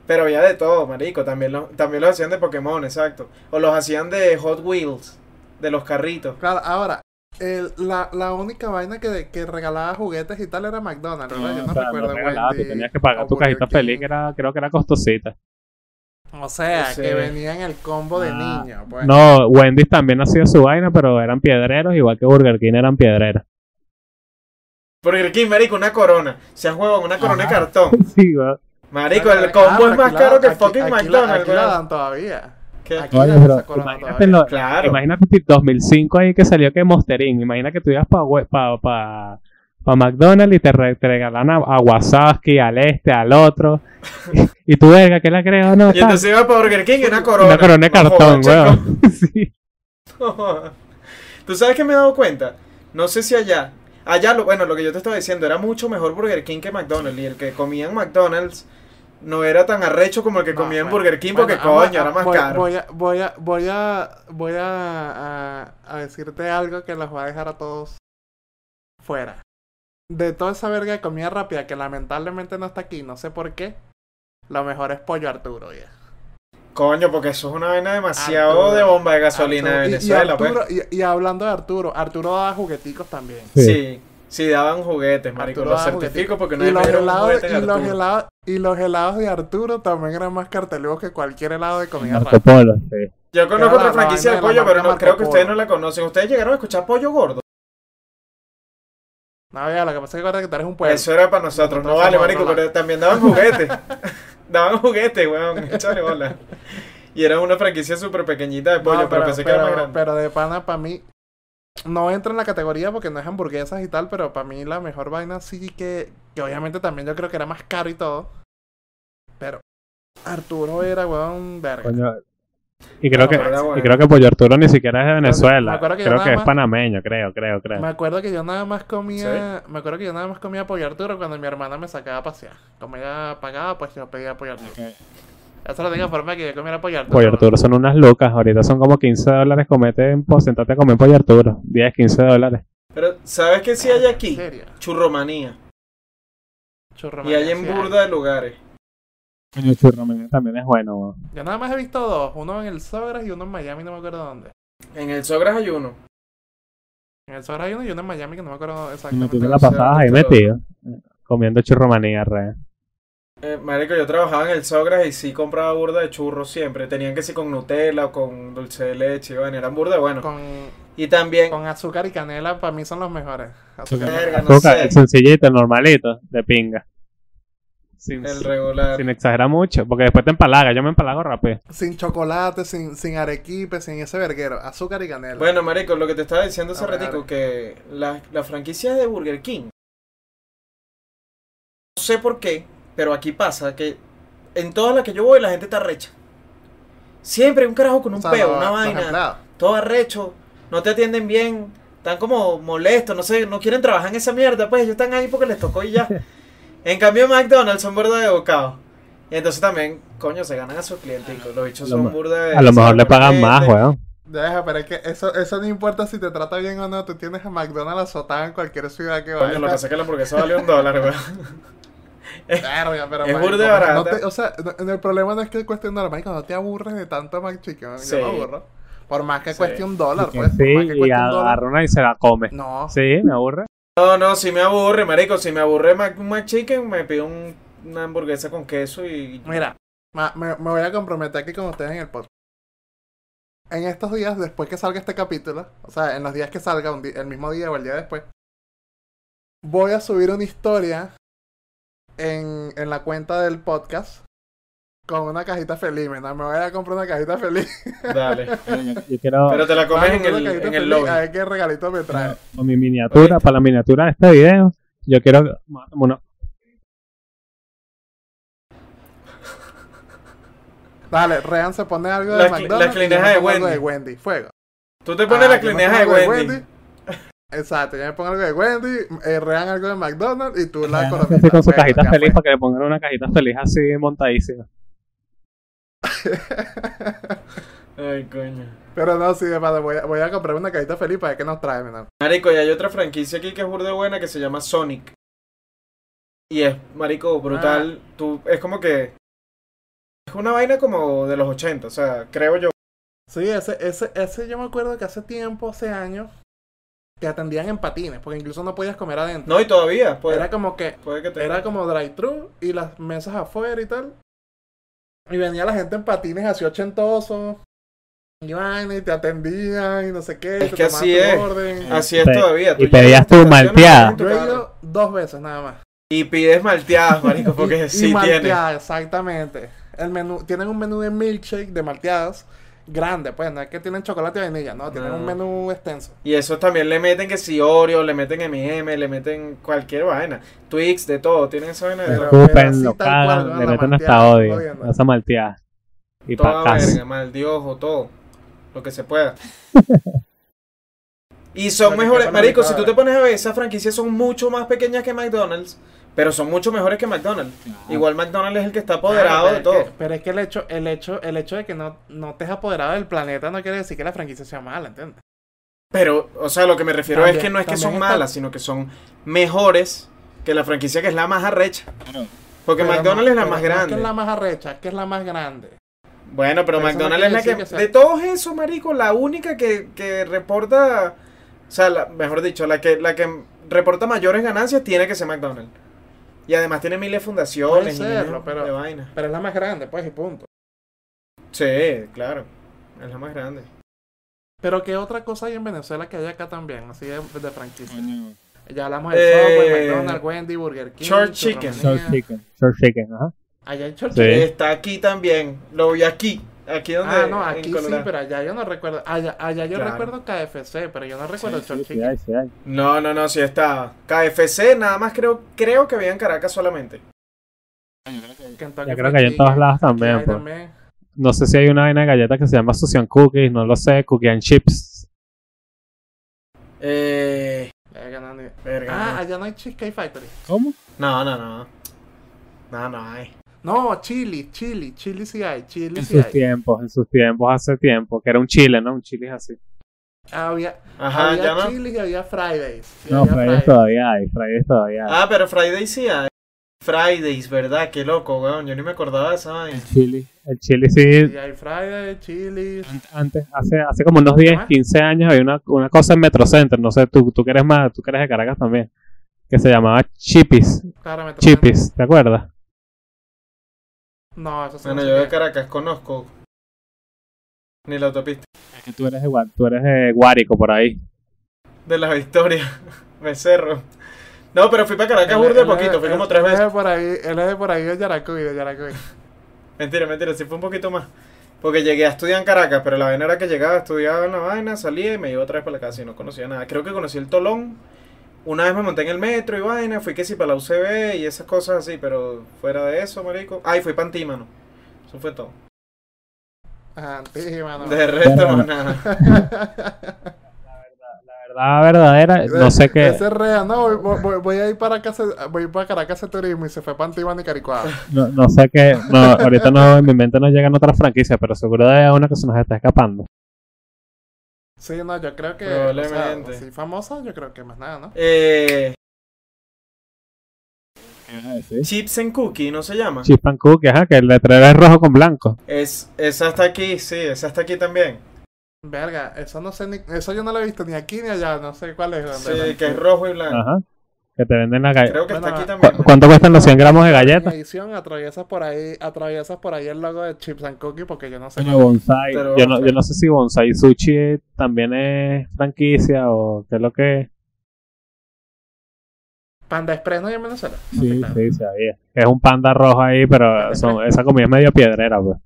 Speaker 2: Pero había de todo, marico. También, lo- también los hacían de Pokémon, exacto. O los hacían de Hot Wheels, de los carritos.
Speaker 1: Claro, ahora, el- la, la única vaina que, que regalaba juguetes y tal era McDonald's, ¿verdad? Ah, Yo no
Speaker 3: Ah, O sea,
Speaker 1: recuerdo.
Speaker 3: no regalabas,
Speaker 1: Wendy,
Speaker 3: tú tenías que pagar
Speaker 1: o
Speaker 3: tu
Speaker 1: Burger
Speaker 3: cajita
Speaker 1: King.
Speaker 3: feliz, que era, creo que era costosita.
Speaker 1: O sea,
Speaker 2: Sí.
Speaker 1: que venía en el combo de
Speaker 3: Ah,
Speaker 1: niño, pues.
Speaker 3: No, Wendy's también hacía su vaina, pero eran piedreros, igual que Burger King eran piedreros.
Speaker 2: Burger King, marico, una corona. Se huevón, una corona de cartón.
Speaker 3: Sí, va.
Speaker 2: Marico,
Speaker 1: Ah,
Speaker 2: el combo
Speaker 1: pero
Speaker 2: es más
Speaker 1: aquí la-
Speaker 2: caro que
Speaker 1: aquí-
Speaker 2: fucking
Speaker 1: aquí la-
Speaker 2: McDonald's,
Speaker 1: Aquí la
Speaker 2: weón.
Speaker 1: dan todavía.
Speaker 2: ¿Qué?
Speaker 1: Aquí
Speaker 3: Oye,
Speaker 1: la dan
Speaker 3: bro,
Speaker 1: esa corona
Speaker 3: imagínate
Speaker 1: todavía.
Speaker 3: lo-
Speaker 2: Claro.
Speaker 3: Imagínate si 2005 ahí que salió que Monsterín. Imagina que tú ibas para pa, pa, pa McDonald's y te, re- te regalan a, a Wasowski, al este, al otro. y tú, verga, ¿qué la creo? No,
Speaker 2: Y
Speaker 3: tal.
Speaker 2: entonces iba para Burger King y una corona.
Speaker 3: Una corona de
Speaker 2: No jodas,
Speaker 3: cartón,
Speaker 2: chico.
Speaker 3: weón. sí.
Speaker 2: ¿Tú sabes que me he dado cuenta? No sé si allá. Allá, lo, bueno, lo que yo te estaba diciendo, era mucho mejor Burger King que McDonald's. Y el que comía en McDonald's no era tan arrecho como el que
Speaker 1: No,
Speaker 2: comía en
Speaker 1: bueno,
Speaker 2: Burger King,
Speaker 1: bueno,
Speaker 2: porque
Speaker 1: ah,
Speaker 2: coño,
Speaker 1: ah,
Speaker 2: era más
Speaker 1: voy,
Speaker 2: caro.
Speaker 1: Voy a, voy a, voy a, voy a, a- a decirte algo que los va a dejar a todos fuera. De toda esa verga de comida rápida que lamentablemente no está aquí, no sé por qué, lo mejor es pollo Arturo, viejo.
Speaker 2: Coño, porque eso es una vaina demasiado
Speaker 1: Arturo,
Speaker 2: de bomba de gasolina
Speaker 1: Arturo-
Speaker 2: de
Speaker 1: y- y
Speaker 2: Venezuela, pues.
Speaker 1: Arturo- y- y hablando de Arturo, Arturo da jugueticos también.
Speaker 3: Sí.
Speaker 2: Sí, sí, daban juguetes, marico.
Speaker 1: Arturo
Speaker 2: Los
Speaker 1: daba
Speaker 2: certifico
Speaker 1: jugueticos.
Speaker 2: porque no
Speaker 1: Y los,
Speaker 2: dieron un
Speaker 1: helados,
Speaker 2: juguete en
Speaker 1: y, los
Speaker 2: Arturo.
Speaker 1: helados, y los helados de Arturo también eran más carteludos que cualquier helado de comida
Speaker 3: Marco
Speaker 1: rápida.
Speaker 3: Polo, sí.
Speaker 2: Yo
Speaker 1: Era
Speaker 2: conozco otra
Speaker 1: la
Speaker 2: franquicia de
Speaker 1: vaina de
Speaker 2: pollo,
Speaker 1: la
Speaker 2: pero
Speaker 1: marca
Speaker 2: no, creo que
Speaker 1: Marco
Speaker 2: ustedes no
Speaker 1: Polo.
Speaker 2: la conocen. Ustedes llegaron a escuchar pollo gordo.
Speaker 1: No, viejo, lo que pasa es que acuérdate que tú eres un pueblo.
Speaker 2: Eso era para nosotros. No
Speaker 1: Nosotros
Speaker 2: vale,
Speaker 1: somos
Speaker 2: marico,
Speaker 1: otro
Speaker 2: pero también daban juguetes. daban juguetes, weón. Échale bola. Y era una franquicia súper pequeñita de
Speaker 1: No,
Speaker 2: pollo, pero, pensé que era más grande.
Speaker 1: pero de pana, para mí, no entra en la categoría porque no es hamburguesas y tal, pero para mí la mejor vaina sí que, que obviamente también yo creo que era más caro y todo. Pero Arturo era, weón, verga.
Speaker 3: Coño. Y creo,
Speaker 2: No,
Speaker 3: que,
Speaker 2: pero era bueno.
Speaker 3: y creo que Pollo Arturo ni siquiera es de
Speaker 1: Me
Speaker 3: Venezuela.
Speaker 1: acuerdo que yo
Speaker 3: Creo
Speaker 1: nada
Speaker 3: que es
Speaker 1: más-
Speaker 3: panameño, creo, creo, creo.
Speaker 1: Me acuerdo que yo nada más comía, me acuerdo que yo nada más comía pollo Arturo cuando mi hermana me sacaba a pasear. Como ella pagaba, pues yo pedía pollo Arturo. Esa es la única forma que yo comiera pollo Arturo.
Speaker 3: Pollo Arturo son unas lucas, ahorita son como 15 dólares, comete en sentarte a comer Pollo Arturo, 10, 15 dólares.
Speaker 2: Pero, ¿sabes qué sí hay aquí?
Speaker 1: ¿En serio?
Speaker 2: Churromanía. Y
Speaker 1: Churromanía,
Speaker 2: hay en
Speaker 1: sí
Speaker 2: burda de lugares.
Speaker 3: Coño, churro, también es bueno, weón.
Speaker 1: Yo nada más he visto dos, uno en el Sogras y uno en Miami, no me acuerdo dónde.
Speaker 2: En el Sogras hay uno.
Speaker 1: En el Sogras hay uno y uno en Miami que no me acuerdo
Speaker 3: Y me
Speaker 1: exactamente.
Speaker 3: tuve
Speaker 2: Pero
Speaker 3: la
Speaker 2: sea,
Speaker 3: pasada
Speaker 2: no te
Speaker 3: ahí
Speaker 2: lo-
Speaker 3: metido, comiendo churromanía, re.
Speaker 2: Eh, marico, yo trabajaba en el Sogras y sí compraba burda de churros siempre. Tenían que sí con Nutella o con dulce de leche. y vaina, eran burda de bueno.
Speaker 1: Con,
Speaker 2: Y también.
Speaker 1: con azúcar y canela para mí son los mejores. Azúcar y
Speaker 2: Verga, no
Speaker 3: Azúcar,
Speaker 2: sé.
Speaker 3: sencillito, normalito, de pinga. Sin,
Speaker 2: El regular.
Speaker 3: sin exagerar mucho, porque después te empalaga, yo me empalago rápido.
Speaker 1: Sin chocolate, sin, sin arequipe, sin ese verguero. Azúcar y canela.
Speaker 2: Bueno, marico, lo que te estaba
Speaker 1: Ah,
Speaker 2: diciendo hace
Speaker 1: A ver.
Speaker 2: ratico, que las las franquicias de Burger King sé por qué, pero aquí pasa que en todas las que yo voy la gente está recha. Siempre hay un carajo con un
Speaker 1: O sea,
Speaker 2: peo,
Speaker 1: lo-
Speaker 2: una
Speaker 1: los
Speaker 2: vaina,
Speaker 1: empleados.
Speaker 2: todo arrecho, no te atienden bien, están como molestos, no sé, no quieren trabajar en esa mierda, pues ellos están ahí porque les tocó y ya. En cambio McDonald's son burda de bocado. Y entonces también, coño, se ganan a sus clienticos. Los bichos
Speaker 3: Lo
Speaker 2: son
Speaker 3: ma-
Speaker 2: burda de...
Speaker 3: A lo mejor le pagan
Speaker 2: gente.
Speaker 3: más, weón.
Speaker 1: Deja, pero es que eso, eso no importa si te trata bien o no. Tú tienes a McDonald's azotado en cualquier ciudad que
Speaker 2: Coño,
Speaker 1: vayas.
Speaker 2: lo que pasa es que la hamburguesa vale un dólar, weón.
Speaker 1: Verga, pero,
Speaker 2: Es
Speaker 1: marico,
Speaker 2: burda
Speaker 1: no
Speaker 2: barata.
Speaker 1: te- o sea, no- el problema no es que es cuestión de marico, no te aburres de tanto McChicken.
Speaker 2: Sí.
Speaker 1: Yo me aburro. Por más que
Speaker 2: Sí.
Speaker 1: cueste un dólar, pues.
Speaker 3: Sí,
Speaker 1: por más que
Speaker 3: y
Speaker 1: cueste un
Speaker 3: agarra
Speaker 1: dólar.
Speaker 3: una y se la come.
Speaker 1: No.
Speaker 3: Sí, me aburre.
Speaker 2: No, no, si me aburre, marico. Si me aburre Mac, un McChicken, me pido un- una hamburguesa con queso y...
Speaker 1: Mira, ma- me, me voy a comprometer aquí con ustedes en el podcast. En estos días, después que salga este capítulo, o sea, en los días que salga, un di- el mismo día o el día después, voy a subir una historia en, en la cuenta del podcast con una cajita feliz. ¿no? Me voy a comprar una cajita feliz.
Speaker 2: Dale.
Speaker 3: Yo quiero
Speaker 2: Pero te la
Speaker 1: Voy
Speaker 2: comes
Speaker 1: a
Speaker 2: en
Speaker 1: comprar
Speaker 2: el,
Speaker 1: una cajita
Speaker 2: en el
Speaker 1: feliz,
Speaker 2: lobby.
Speaker 1: A ver qué regalito me trae.
Speaker 3: con mi miniatura,
Speaker 2: Ahorita.
Speaker 3: para la miniatura de este video, yo quiero... Bueno,
Speaker 1: Dale, Rean se pone algo de
Speaker 2: La cli-
Speaker 1: McDonald's.
Speaker 2: la
Speaker 1: y yo
Speaker 2: clineja
Speaker 1: me
Speaker 2: de
Speaker 1: pongo algo
Speaker 2: Wendy.
Speaker 1: de Wendy. Fuego.
Speaker 2: Tú te pones
Speaker 1: Ah,
Speaker 2: la
Speaker 1: yo me
Speaker 2: clineja de
Speaker 1: pongo algo
Speaker 2: Wendy.
Speaker 1: Exacto, yo me pongo algo de Wendy, eh, Rean algo de McDonald's y tú la pues.
Speaker 3: Rean
Speaker 1: economizas.
Speaker 3: así con su
Speaker 1: Bueno,
Speaker 3: cajita
Speaker 1: ya
Speaker 3: feliz
Speaker 1: fue.
Speaker 3: para que le pongan una cajita feliz así montadísima.
Speaker 2: Ay, coño.
Speaker 1: Pero no, sí, de verdad, voy a, voy a comprar una cajita feliz para ver qué nos trae, menor.
Speaker 2: Marico, y hay otra franquicia aquí que es burda buena que se llama Sonic. Y es, marico, brutal.
Speaker 1: Ah.
Speaker 2: Tú, es como que... Es una vaina como de los 80, o sea, creo yo.
Speaker 1: Sí, ese, ese, ese yo me acuerdo que hace tiempo, hace años, te atendían en patines, porque incluso no podías comer adentro.
Speaker 2: No, eh. y todavía. Puede,
Speaker 1: Era como que,
Speaker 2: puede que te...
Speaker 1: era como drive-thru y las mesas afuera y tal. Y venía la gente en patines así ochentosos. Y vaina, y te atendían, y no sé qué,
Speaker 2: Es
Speaker 1: te
Speaker 2: que
Speaker 1: tomaban
Speaker 2: así
Speaker 1: tu
Speaker 2: es. Eh.
Speaker 1: orden.
Speaker 2: Así es
Speaker 3: Pe-
Speaker 2: todavía.
Speaker 3: y
Speaker 2: tú llegas
Speaker 3: pedías
Speaker 2: a la
Speaker 3: tu
Speaker 2: estación,
Speaker 3: malteada.
Speaker 1: Yo
Speaker 2: tu
Speaker 1: he
Speaker 2: carro.
Speaker 1: ido dos veces nada más.
Speaker 2: Y pides malteadas, marico, porque
Speaker 1: y,
Speaker 2: sí
Speaker 1: y
Speaker 2: tiene.
Speaker 1: malteada, exactamente. El menú, tienen un menú de milkshake de malteadas grande, pues no es que tienen chocolate y vainilla, no, tienen
Speaker 2: No.
Speaker 1: un menú extenso.
Speaker 2: Y eso también le meten que si Oreo, le meten M&M, le meten cualquier vaina. Twix, de todo, tienen esa vaina de
Speaker 1: Pero-
Speaker 2: todo.
Speaker 1: pero
Speaker 3: Escupen,
Speaker 1: así
Speaker 3: lo
Speaker 1: tal cual,
Speaker 3: cagan,
Speaker 1: weón,
Speaker 3: le
Speaker 1: la
Speaker 3: meten
Speaker 1: malteada,
Speaker 3: hasta odio,
Speaker 1: jodiendo.
Speaker 3: esa malteada. Y
Speaker 2: Toda
Speaker 3: pa' casa.
Speaker 2: verga, mal diojo, todo. Lo que se pueda. y son
Speaker 1: Lo que
Speaker 2: mejores,
Speaker 1: quepa en la
Speaker 2: marico, si tú
Speaker 1: licuadora.
Speaker 2: te pones a ver, esas franquicias son mucho más pequeñas que McDonald's, pero son mucho mejores que McDonald's. Igual McDonald's es el que está apoderado
Speaker 1: Claro,
Speaker 2: de
Speaker 1: pero
Speaker 2: todo.
Speaker 1: es que- pero es que el hecho, el hecho, el hecho de que no, no te has apoderado del planeta no quiere decir que la franquicia sea mala, ¿entiendes?
Speaker 2: Pero, o sea, lo que me refiero es
Speaker 1: También-
Speaker 2: que no es que son
Speaker 1: también está-
Speaker 2: malas, sino que son mejores que la franquicia que es la más arrecha. Porque
Speaker 1: Pero
Speaker 2: McDonald's
Speaker 1: no-
Speaker 2: es la
Speaker 1: pero
Speaker 2: más
Speaker 1: no es
Speaker 2: grande.
Speaker 1: que es la más arrecha, que es la más grande.
Speaker 2: Bueno, pero
Speaker 1: Pero eso no
Speaker 2: McDonald's es la
Speaker 1: quiere
Speaker 2: que...
Speaker 1: decir que sea-
Speaker 2: De todos esos, marico, la única que, que reporta... O sea, la- mejor dicho, la que, la que reporta mayores ganancias tiene que ser McDonald's. Y además tiene miles de fundaciones
Speaker 1: Puede
Speaker 2: y miles
Speaker 1: serlo, pero-
Speaker 2: de vainas.
Speaker 1: Pero es la más grande, pues, y punto.
Speaker 2: Sí, claro. Es la más grande.
Speaker 1: Pero ¿qué otra cosa hay en Venezuela que hay acá también, así de, de franquicia? Ya hablamos de
Speaker 2: Eh,
Speaker 1: Subway, McDonald's, Wendy, Burger King.
Speaker 2: Short Chicken.
Speaker 3: Short
Speaker 1: Churromanía.
Speaker 3: chicken, short chicken, ajá.
Speaker 1: Allá hay Short
Speaker 3: Sí.
Speaker 1: Chicken.
Speaker 2: Está aquí también. Lo vi aquí. Aquí donde...
Speaker 1: Ah, no,
Speaker 2: en
Speaker 1: aquí sí,
Speaker 2: Colorado.
Speaker 1: pero allá yo no recuerdo. Allá, allá yo
Speaker 2: Claro.
Speaker 1: recuerdo KFC, pero yo no recuerdo el
Speaker 3: Sí,
Speaker 1: Short
Speaker 3: sí,
Speaker 1: Chicken.
Speaker 3: hay, sí hay.
Speaker 2: No, no, no, sí estaba. KFC, nada más creo, creo que había en Caracas solamente.
Speaker 1: Kentucky
Speaker 3: Yo creo
Speaker 1: Fried
Speaker 3: que hay en todos
Speaker 1: Chicken,
Speaker 3: lados
Speaker 1: aquí hay
Speaker 3: también, pues.
Speaker 1: también.
Speaker 3: No sé si hay una vaina de galleta que se llama Susan Cookies, no lo sé, Cookie and Chips.
Speaker 2: Eh.
Speaker 1: Verga, no, ni-
Speaker 2: Verga.
Speaker 1: Ah,
Speaker 2: no.
Speaker 1: allá no hay Cheesecake Factory.
Speaker 3: ¿Cómo?
Speaker 2: No, no, no. No, no hay.
Speaker 1: No, Chili, Chili, Chili sí hay, Chili
Speaker 3: En
Speaker 1: sí
Speaker 3: sus
Speaker 1: hay.
Speaker 3: tiempos, en sus tiempos, hace tiempo, que era un chile, ¿no? Un chile es así.
Speaker 1: Había,
Speaker 2: Ajá,
Speaker 1: había
Speaker 2: Ah, ya no.
Speaker 1: Chili y había Fridays. y
Speaker 3: No,
Speaker 1: había
Speaker 3: Fridays todavía hay, Fridays todavía hay.
Speaker 2: Ah, pero Fridays sí hay. Fridays, ¿verdad? Qué loco, weón. Yo ni me acordaba de esa vaina.
Speaker 3: El Ah, chili, el chili sí,
Speaker 1: Y hay Fridays, Chili.
Speaker 3: an- antes, hace, hace como unos 10,
Speaker 1: ¿Cómo es?
Speaker 3: 15 años había una, una cosa en Metrocenter, no sé, tú, tú que eres más, tú que eres de Caracas también, que se llamaba Chipis,
Speaker 1: Claro, me tocan-
Speaker 3: Chipis, ¿te acuerdas?
Speaker 1: No, eso sí.
Speaker 2: Bueno,
Speaker 1: no sé
Speaker 2: yo de
Speaker 1: qué.
Speaker 2: Caracas conozco. Ni la autopista.
Speaker 3: Es que tú eres de, Gua- tú eres de Guárico por ahí.
Speaker 2: De la Victoria. Becerro. No, pero fui para Caracas
Speaker 1: Él-
Speaker 2: burda de
Speaker 1: él es-
Speaker 2: poquito. Fui
Speaker 1: él-
Speaker 2: como tres
Speaker 1: él es de
Speaker 2: veces.
Speaker 1: por ahí, él es de por ahí de Yaracuy, de Yaracuy.
Speaker 2: Mentira, mentira. Sí fue un poquito más. Porque llegué a estudiar en Caracas, pero la vaina era que llegaba, estudiaba en la vaina, salía y me iba otra vez para la casa y no conocía nada. Creo que conocí el Tolón Una vez me monté en el metro y vaina, fui que sí para la UCB y esas cosas así, pero fuera de eso, marico. Ay, fui pantímano. Eso fue todo.
Speaker 1: Antímano.
Speaker 2: De resto,
Speaker 3: Bueno.
Speaker 2: más nada.
Speaker 3: La verdadera, no sé qué.
Speaker 1: Ese es real, no, voy- voy, voy- voy a ir para casa, voy para Caracas de turismo y se fue para Antigua Nicaragua.
Speaker 3: No, no sé qué. No, ahorita no, en mi mente no llegan otras franquicias, pero seguro hay una que se nos está escapando.
Speaker 1: Sí, no, yo creo que.
Speaker 2: Probablemente.
Speaker 1: O sea, sí, famosa, yo creo que más nada, ¿no?
Speaker 2: Eh,
Speaker 3: ¿Qué vas a decir?
Speaker 2: Chips and Cookie, ¿no se llama?
Speaker 3: Chip and Cookie, ajá, que el letrero es rojo con blanco.
Speaker 2: Es, esa está aquí, sí, esa está aquí también.
Speaker 1: Verga, eso no sé ni. Eso yo no lo he visto ni aquí ni allá, no sé cuál es.
Speaker 2: Sí, que es rojo y blanco.
Speaker 3: Ajá. Que te venden la galleta.
Speaker 2: Creo que está
Speaker 1: Bueno,
Speaker 2: aquí también.
Speaker 3: ¿Cu- ¿Cuánto cuestan los 100 gramos de galletas?
Speaker 1: En edición atraviesas por ahí, atraviesas por ahí el logo de Chips and Cookie porque yo no sé.
Speaker 3: Pero bonsai.
Speaker 2: Pero
Speaker 3: yo, no,
Speaker 2: bonsai.
Speaker 3: yo no sé si bonsai sushi eh, también es franquicia o qué es lo que es.
Speaker 1: Panda Express no hay en Venezuela. No sé,
Speaker 3: Sí,
Speaker 1: claro.
Speaker 3: sí, sabía. Es un panda rojo ahí, pero son, esa comida es medio piedrera, pues.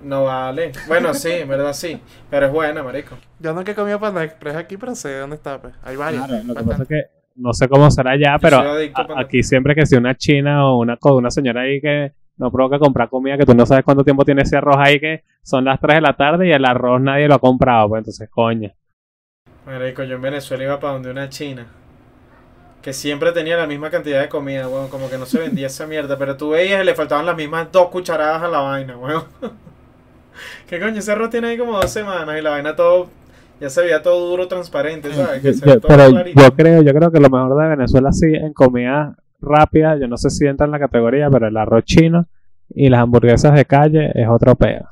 Speaker 2: No vale. Bueno, sí, en verdad sí. Pero es buena, marico.
Speaker 1: Yo nunca he comido Panda Express aquí, pero sé dónde está. Pues. Hay varios.
Speaker 3: Claro, lo que
Speaker 1: bastante.
Speaker 3: pasa es que no sé cómo será ya, pero
Speaker 2: soy adicto
Speaker 3: a-
Speaker 2: a Panda
Speaker 3: aquí siempre que si una china o una, co- una señora ahí que no provoca comprar comida, que tú no sabes cuánto tiempo tiene ese arroz ahí, que son las 3 de la tarde y el arroz nadie lo ha comprado, pues entonces, coño.
Speaker 2: Marico, yo en Venezuela iba para donde una china. Que siempre tenía la misma cantidad de comida, weón. Como que no se vendía esa mierda. Pero tú veías y le faltaban las mismas dos cucharadas a la vaina, weón. Que coño, ese arroz tiene ahí como dos semanas y la vaina todo. Ya se veía todo duro, transparente, ¿sabes? Que se ve
Speaker 3: Yo-
Speaker 2: todo
Speaker 3: pero
Speaker 2: clarito.
Speaker 3: yo creo, yo creo que lo mejor de Venezuela sí en comida rápida, yo no sé si entra en la categoría, pero el arroz chino y las hamburguesas de calle es otro peo.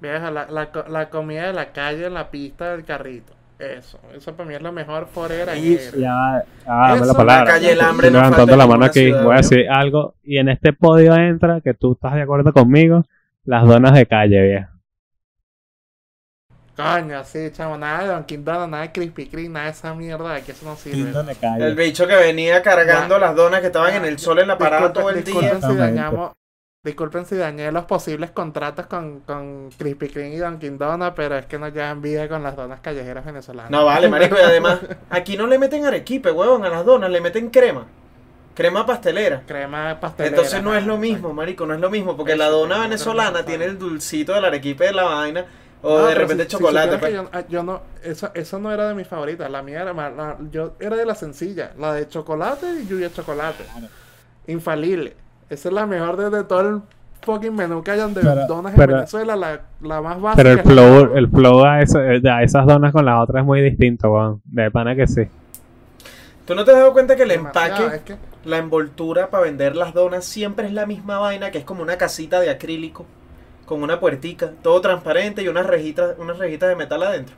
Speaker 1: Vieja, la, la, co- la comida de la calle, la pista, del carrito. Eso. Eso para mí es lo mejor forever. ayer.
Speaker 3: Ya, va, ya va, dame
Speaker 1: Eso,
Speaker 3: la
Speaker 1: la
Speaker 3: palabra.
Speaker 2: calle, el hambre
Speaker 3: Estoy
Speaker 2: no falta
Speaker 3: levantando
Speaker 2: en
Speaker 3: la mano
Speaker 2: ninguna
Speaker 3: aquí.
Speaker 2: ciudad,
Speaker 3: Voy a
Speaker 2: ¿no?
Speaker 3: decir algo. Y en este podio entra, que tú estás de acuerdo conmigo, las donas de calle, viejo.
Speaker 1: Coño, sí, chamo. Nada de Don Quintana, nada de Krispy Kreme, nada de esa mierda de aquí. Eso no sirve.
Speaker 3: de
Speaker 2: El bicho que venía cargando las donas que estaban en el sol en la parada
Speaker 1: Disculpen-
Speaker 2: todo el día.
Speaker 1: Disculpen si
Speaker 3: Exactamente.
Speaker 1: dañamos. Disculpen si dañé los posibles contratos con, con Krispy Kreme y Dunkin' Donuts, pero es que no llevan vida con las donas callejeras venezolanas.
Speaker 2: No vale, marico, y además, aquí no le meten arequipe, huevón, a las donas, le meten crema. Crema pastelera.
Speaker 1: Crema pastelera.
Speaker 2: Entonces no es lo mismo, marico, no es lo mismo, porque la
Speaker 1: Eso,
Speaker 2: dona
Speaker 1: no es lo
Speaker 2: venezolana
Speaker 1: mismo.
Speaker 2: tiene el dulcito del arequipe de la vaina, o
Speaker 1: No,
Speaker 2: de
Speaker 1: Ah, pero
Speaker 2: repente
Speaker 1: si- si
Speaker 2: chocolate.
Speaker 1: supieras que
Speaker 2: pues.
Speaker 1: yo, ah, yo no, eso, eso no era de mis favoritas. La mía era más, la- yo era de la sencilla, la de chocolate y lluvia de chocolate. Infalible. Esa es la mejor de, de todo el fucking menú que hayan de
Speaker 3: Pero-
Speaker 1: donas
Speaker 3: pero-
Speaker 1: en Venezuela, la, la más
Speaker 2: Ah,
Speaker 1: básica.
Speaker 3: Pero el
Speaker 1: es la
Speaker 3: flow,
Speaker 1: mejor.
Speaker 3: el flow a, esa- eh, a esas donas con las otras es muy distinto, weón. De pana que sí.
Speaker 2: ¿Tú no te has dado cuenta que el
Speaker 1: Demasiado, eh.
Speaker 2: empaque,
Speaker 1: es que-
Speaker 2: la envoltura para vender las donas siempre es la misma vaina, que es como una casita de acrílico, con una puertica, todo transparente y unas rejitas, unas rejitas de metal adentro?